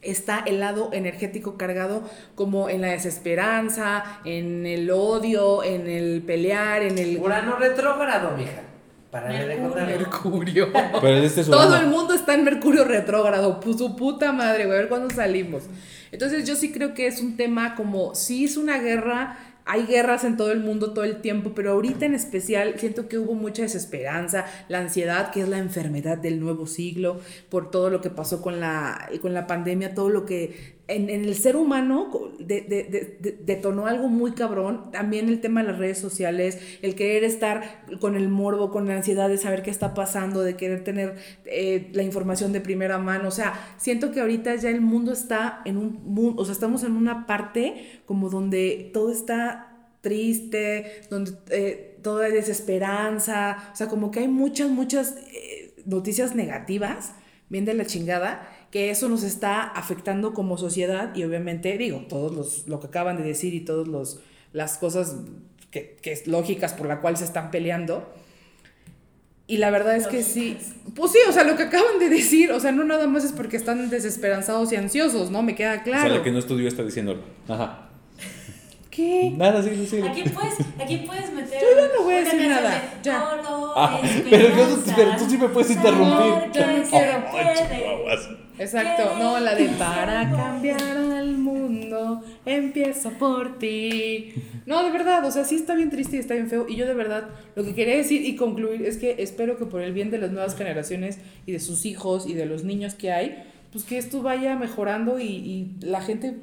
está el lado energético cargado como en la desesperanza, en el odio, en el pelear, en el Urano retrógrado, mija. Para le Mercurio. recordarle. mercurio. Pero este es Todo Urano. el mundo está en Mercurio retrógrado, pu- su puta madre, güey, a ver cuándo salimos. Entonces yo sí creo que es un tema como, sí es una guerra, hay guerras en todo el mundo todo el tiempo, pero ahorita en especial siento que hubo mucha desesperanza, la ansiedad, que es la enfermedad del nuevo siglo, por todo lo que pasó con la, con la pandemia, todo lo que en, en el ser humano co- de- de- de- de- detonó algo muy cabrón. También el tema de las redes sociales, el querer estar con el morbo, con la ansiedad de saber qué está pasando, de querer tener eh, la información de primera mano. O sea, siento que ahorita ya el mundo está en un mundo, o sea, estamos en una parte como donde todo está triste, donde eh, todo es desesperanza, o sea, como que hay muchas, muchas eh, noticias negativas, bien de la chingada, que eso nos está afectando como sociedad y obviamente, digo, todos los, lo que acaban de decir y todas los, las cosas que, que es lógicas por la cual se están peleando. Y la verdad es que sí, pues sí, o sea, lo que acaban de decir, o sea, no nada más es porque están desesperanzados y ansiosos, ¿no? Me queda O sea, claro. la que no estudió está diciéndolo. Ajá. ¿Qué? Nada, sí, sí, sí. Aquí puedes, aquí puedes meter. Yo ya no voy a una decir canción nada, de ya. Colores, Ah, pero yo- esperanzas, pero tú sí me puedes saber interrumpir. que No, se quiero. Ay, puede. chihuahuas. Exacto, no, la de para cambiar al mundo, empiezo por ti. No, de verdad, o sea, sí está bien triste y está bien feo. Y yo de verdad, lo que quería decir y concluir es que espero que por el bien de las nuevas generaciones y de sus hijos y de los niños que hay, pues que esto vaya mejorando y, y la gente,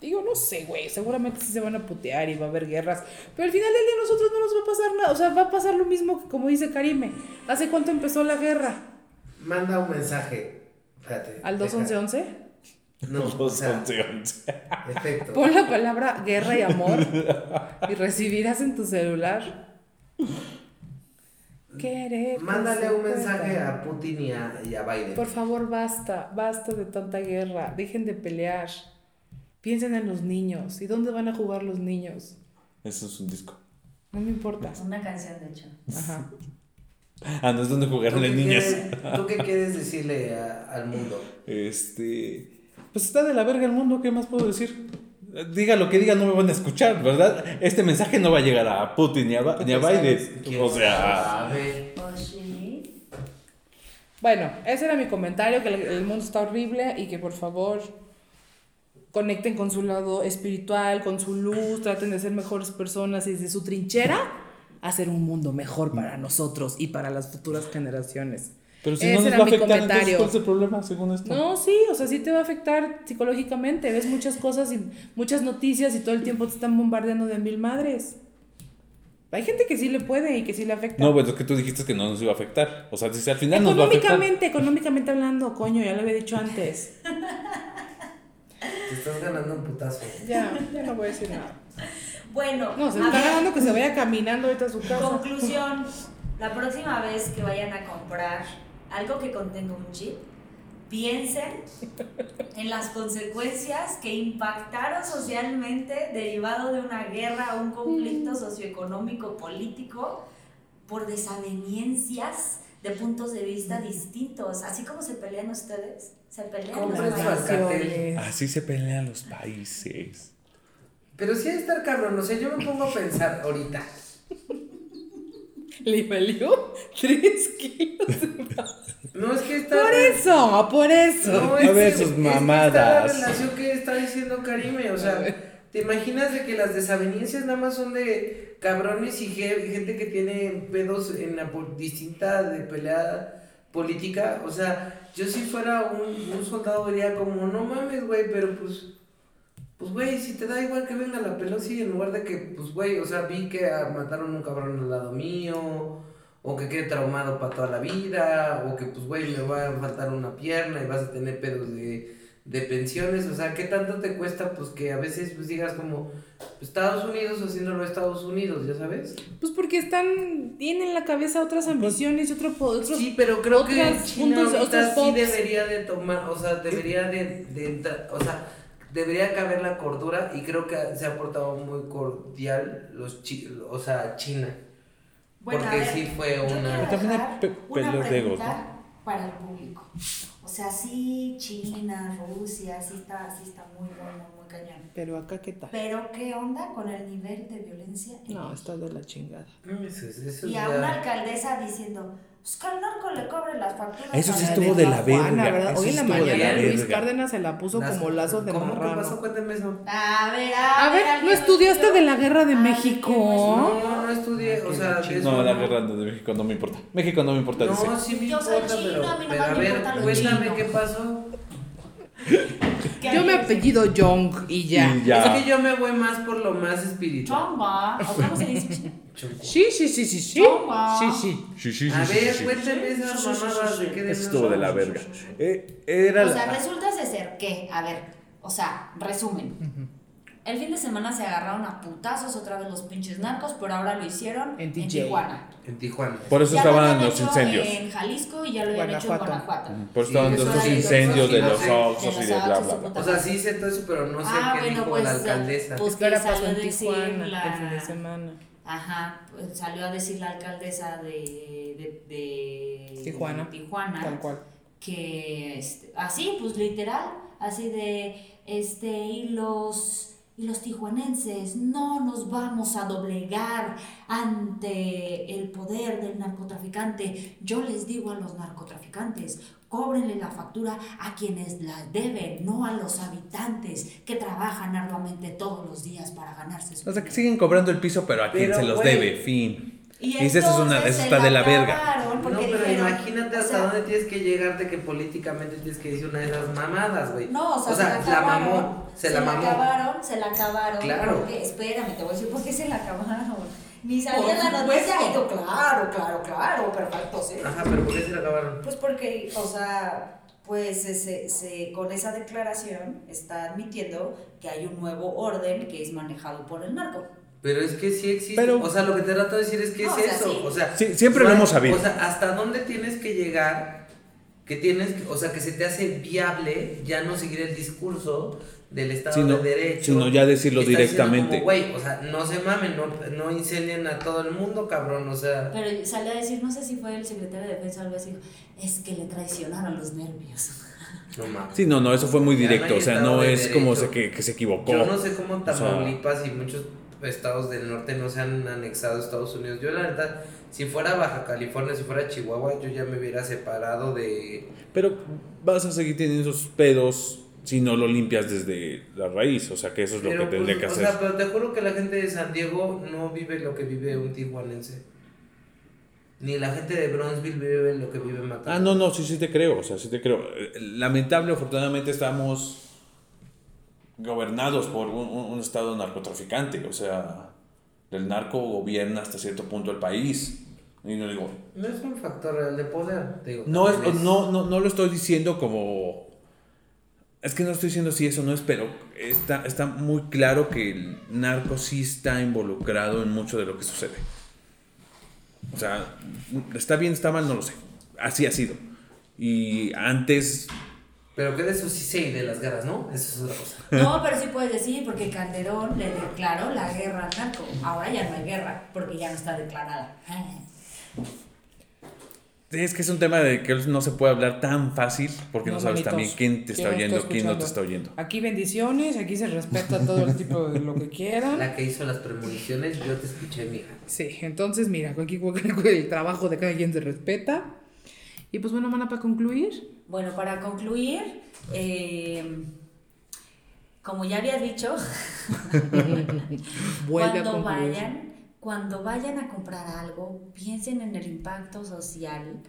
digo, no sé, güey, seguramente sí se van a putear y va a haber guerras. Pero al final del día a nosotros no nos va a pasar nada, o sea, va a pasar lo mismo que como dice Karime. ¿Hace cuánto empezó la guerra? Manda un mensaje. Espérate. ¿Al deja- 2111? No, o sea, Once, once. perfecto. Pon la palabra guerra y amor y recibirás en tu celular. Querer. Mándale un mensaje a consecuencia. Putin y a, y a Biden. Por favor, basta, basta de tanta guerra. Dejen de pelear. Piensen en los niños. ¿Y dónde van a jugar los niños? Eso es un disco. No me importa. Es una canción, de hecho. Ajá. Ah, no es donde ¿Tú jugaron qué las niñas. quieres- ¿Tú qué quieres decirle a- al mundo? Este. Pues está de la verga el mundo, ¿qué más puedo decir? Diga lo que diga, no me van a escuchar, ¿verdad? Este mensaje no va a llegar a Putin ni a, Ba- ni a Biden. O sea. sabe? Oh, sí. Bueno, ese era mi comentario, que el, el mundo está horrible y que por favor conecten con su lado espiritual, con su luz, traten de ser mejores personas y desde su trinchera hacer un mundo mejor para nosotros y para las futuras generaciones. Pero si Ese no nos era va a mi afectar, entonces, comentario. ¿cuál es el problema según esto? No, sí, o sea, sí te va a afectar psicológicamente, ves muchas cosas y muchas noticias y todo el tiempo te están bombardeando de mil madres. Hay gente que sí le puede y que sí le afecta. No, bueno, es que tú dijiste que no nos iba a afectar. O sea, si al final nos va a afectar. económicamente, económicamente hablando, coño, ya lo había dicho antes. Te estás ganando un putazo. Ya, ya no voy a decir nada. Bueno, No, se a está ver, ganando que se vaya caminando ahorita a su casa. Conclusión, la próxima vez que vayan a comprar algo que contenga un chip, piensen en las consecuencias que impactaron socialmente derivado de una guerra o un conflicto socioeconómico político por desavenencias de puntos de vista distintos. Así como se pelean ustedes, se pelean ¿Cómo los es demás. Malcatel? Así se pelean los países. Pero sí ha de estar cabrón, o sea, yo me pongo a pensar ahorita. Le valió 3 kilos. No es que está. Por eso, por eso. No, A es ver que- sus es que mamadas. está la relación que está diciendo Karime, o sea, ¿te imaginas de que las desavenencias nada más son de cabrones y ge- gente que tiene pedos en la po- distinta de pelea política? O sea, yo si fuera un, un soldado diría como, no mames, güey, pero pues... Pues, güey, si te da igual que venga la Pelosi en lugar de que, pues, güey, o sea, vi que ah, mataron un cabrón al lado mío, o que quede traumado para toda la vida, o que, pues, güey, me va a faltar una pierna y vas a tener pedos de, de pensiones, o sea, ¿qué tanto te cuesta? Pues que a veces, pues, digas como, pues, Estados Unidos haciéndolo Estados Unidos, ¿ya sabes? Pues porque están, tienen en la cabeza otras ambiciones y otro, po- otros Sí, pero creo que otras China puntos, ahorita otros sí pops. debería de tomar, o sea, debería de, de entra- o sea, debería caber la cordura y creo que se ha portado muy cordial los chi- o sea, China. Bueno, a porque ver, sí fue yo quiero una... Pero también hay dejar pe- una pelos de egos, pregunta para el público. O sea, sí, China, Rusia, sí está, sí está muy, muy, muy, muy cañón. Pero acá, ¿qué tal? Pero, ¿qué onda con el nivel de violencia? en No, México? está de la chingada. Mm, eso es- eso Y es a ya- una alcaldesa diciendo, pues que al narco le cobre las facturas. Eso sí a la estuvo de la Tijuana, verga, ¿verdad? eso Hoy en la estuvo de mañana la Luis verga. Cárdenas se la puso Nazo. como lazos de ¿Cómo que pasó? marrano. Cuéntame eso. A ver, A a ver. ver, ¿no alguien nos estudiaste dio- de la guerra de Alguien México? No, no estudié, o sea, de eso No, la guerra de México no me importa. México no me importa, dice. No, sí me Yo soy importa, chino, pero, a mí nomás pero a me ver, importa lo cuéntame chino. qué pasó. ¿Qué Yo me alguien- apellido Young y ya. Y ya. Es que yo me voy más por lo más espiritual. Chomba, ¿o cómo se dice? Chongo. Sí, sí, sí, sí, sí. Toma. Sí, sí. Sí, sí, sí, A sí, ver, sí, sí. cuéntame esas mamadas de qué Eso estuvo de la verga. Eh, era O sea, la- resulta ser que, a ver, o sea, resumen. El fin de semana se agarraron a putazos otra vez los pinches narcos, pero ahora lo hicieron En en, TJ. Tijuana. En Tijuana. Por eso Ya lo estaban habían los hecho incendios. En Jalisco y ya lo habían hecho en Guanajuato. Guanajuato. Por eso estaban Sí, todos eso esos era- incendios de eso los sí, Oxxos de y de los bla, Oxxos bla, y bla. O sea, sí sé todo eso, pero no sé Ah, qué bueno, dijo pues, la alcaldesa. pues, Claro, que pasó salió a en decir Tijuana la- el fin de semana. Ajá, pues, salió a decir la alcaldesa de, de, de Tijuana. Tijuana, Tal cual. que este, así, pues literal, así de, este, y los, y los tijuanenses no nos vamos a doblegar ante el poder del narcotraficante. Yo les digo a los narcotraficantes, cóbrenle la factura a quienes la deben, no a los habitantes que trabajan arduamente todos los días para ganarse su O sea, que dinero". siguen cobrando el piso, pero a quien Pero, se los güey. debe, fin. Y Dices, eso es una- entonces eso se está de la verga. No, acabaron porque pero dijeron, imagínate o hasta sea, dónde tienes que llegar de que políticamente tienes que decir una de esas mamadas, güey. No, o sea, la, acabaron, mamó, se, la, mamó. acabaron, se la acabaron. Claro. Porque, espérame, te voy a decir por qué se la acabaron. Ni Por salía la supuesto. noticia y yo, claro, claro, claro, perfecto, sí. Ajá, pero ¿por qué se la acabaron? Pues porque, o sea, pues ese- se- con esa declaración está admitiendo que hay un nuevo orden que es manejado por el narco. Pero es que sí existe. Pero- o sea, lo que te trato de decir es que es No, o sea, eso. sí. O sea, Sí, siempre lo hemos sabido. O sea, hasta dónde tienes que llegar, que tienes, que- o sea, que se te hace viable ya no seguir el discurso del Estado Sino- de Derecho. sino ya decirlo que está directamente. diciendo como, Güey, o sea, no se mamen, no, no incendien a todo el mundo, cabrón, o sea. Pero salió a decir, no sé si fue el secretario de defensa o algo así, es que le traicionaron los nervios. No mames. Sí, no, no, eso fue muy Ya no directo. hay O sea, Estado no de es como Derecho. se- que, que se equivocó. Yo no sé cómo sea- Tamaulipas y muchos estados del norte no se han anexado a Estados Unidos. Yo la verdad, si fuera Baja California, si fuera Chihuahua, yo ya me hubiera separado de... Pero vas a seguir teniendo esos pedos si no lo limpias desde la raíz. O sea, que eso es lo que tendría pues, que o hacer. sea, pero te juro que la gente de San Diego no vive lo que vive un tijuanense. Ni la gente de Bronzeville vive lo que vive Matamoros. Ah, no, no, sí, sí te creo, o sea, sí te creo. Eh, Lamentable, afortunadamente estamos gobernados por un, un- un estado narcotraficante, o sea, el narco gobierna hasta cierto punto el país. Y no digo, No es un factor real de poder, te digo. no, es, también es- no, no, no lo estoy diciendo como... Es que no estoy diciendo si eso no es, pero está, está muy claro que el narco sí está involucrado en mucho de lo que sucede. O sea, está bien, está mal, no lo sé. Así ha sido. Y antes Pero que de eso sí sé y de las garras, ¿no? Eso es otra cosa. No, pero sí puedes decir porque Calderón le declaró la guerra al narco. Ahora ya no hay guerra porque ya no está declarada. Sí, Es que es un tema de que no se puede hablar tan fácil porque no, sabes mamitos, también quién te está lo oyendo, quién no te está escuchando. oyendo. Aquí bendiciones, aquí se respeta todo el tipo de lo que quieran. La que hizo las premoniciones, yo te escuché, mija. Sí, entonces mira, aquí el trabajo de cada quien se respeta. Y pues bueno, mana, para concluir, Bueno, para concluir, eh, como ya había dicho, vuelve a cuando concluir. vayan, cuando vayan a comprar algo, piensen en el impacto social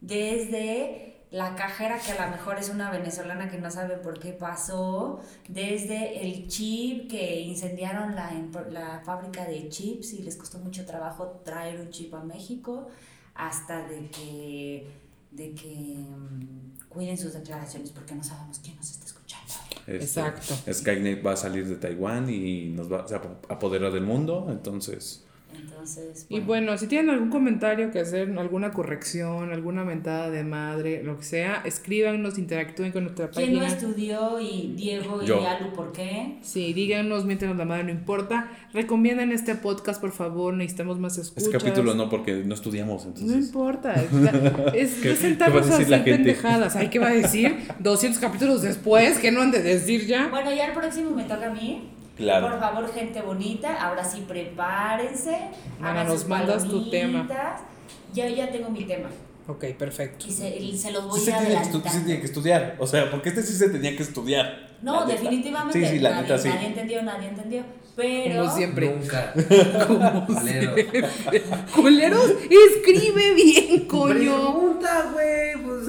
desde la cajera que a lo mejor es una venezolana que no sabe por qué pasó, desde el chip que incendiaron la, em- la fábrica de chips y les costó mucho trabajo traer un chip a México, hasta de que, de que mm, cuiden sus declaraciones porque no sabemos quién nos está escuchando. Este, Exacto. Skynet va a salir de Taiwán y nos va se va a apoderar del mundo, entonces... Entonces, Y bueno, si tienen algún comentario que hacer, alguna corrección, alguna mentada de madre, lo que sea, escríbanos, interactúen con nuestra ¿Quién no página. estudió y Diego y Yo. Alu por qué? Sí, díganos, mientras la madre, no importa. Recomienden este podcast, por favor, necesitamos más escuchas. Este capítulo no, porque no estudiamos, No entonces... importa, es- es ¿Qué- no sentarnos qué va a a decir la hacer gente? pendejadas. Ay, ¿qué va a decir? 200 capítulos después, ¿qué no han de decir ya? Bueno, ya el próximo me toca a mí. Claro. Por favor, gente bonita, ahora sí prepárense. Bueno, hagan nos sus mandas tu tema. palomitas. Yo ya tengo mi tema Ok, perfecto. y se, y se los Sí voy se a tiene que estu- adelantar. sí se tiene que estudiar, o sea, porque este sí se tenía que estudiar. No, la neta. definitivamente. Sí, sí, la nadie, neta sí. nadie entendió, nadie entendió. Pero. Como siempre. Nunca. Como Valero. Culeros, escribe bien, coño. Pregunta, güey. Pues,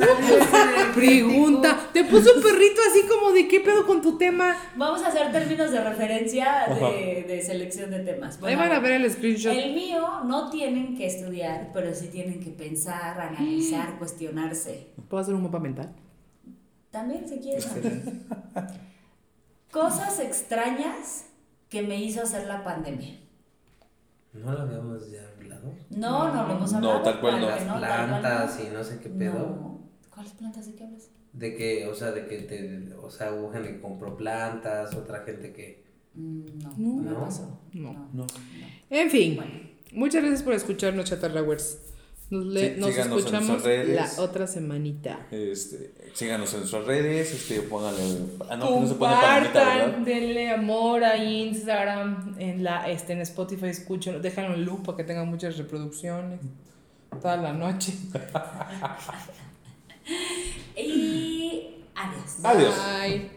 ahí Pregunta. Te puso un perrito así como de qué pedo con tu tema. Vamos a hacer términos de referencia de, de selección de temas. Ahí Bueno, van a ver el screenshot. El mío no tienen que estudiar, pero sí tienen que pensar, analizar, cuestionarse. ¿Puedo hacer un mapa mental? También se quieren. está, güey. Cosas extrañas que me hizo hacer la pandemia. No lo habíamos ya hablado. No, no lo hemos No, hablado. tal cual no. claro Las que no, tal cual plantas no. y no sé qué pedo. No. ¿Cuáles plantas de qué hablas? De que, o sea, de que te, o sea, hubo gente que compró plantas, otra gente que. Mm, No, No. no, me No. pasó. No. no. En fin, Bueno. muchas gracias por escucharnos, Chatarrawers. Nos, le- Sí, nos síganos en nuestras escuchamos la redes. otra semanita. Este, síganos en sus redes, este, pónganle... Ah, no, que no se pone palomita, ¿verdad? Compartan, denle amor a Instagram, en la este en Spotify escuchen, déjalo en loop para que tengan muchas reproducciones toda la noche. Y adiós. Adiós. Bye.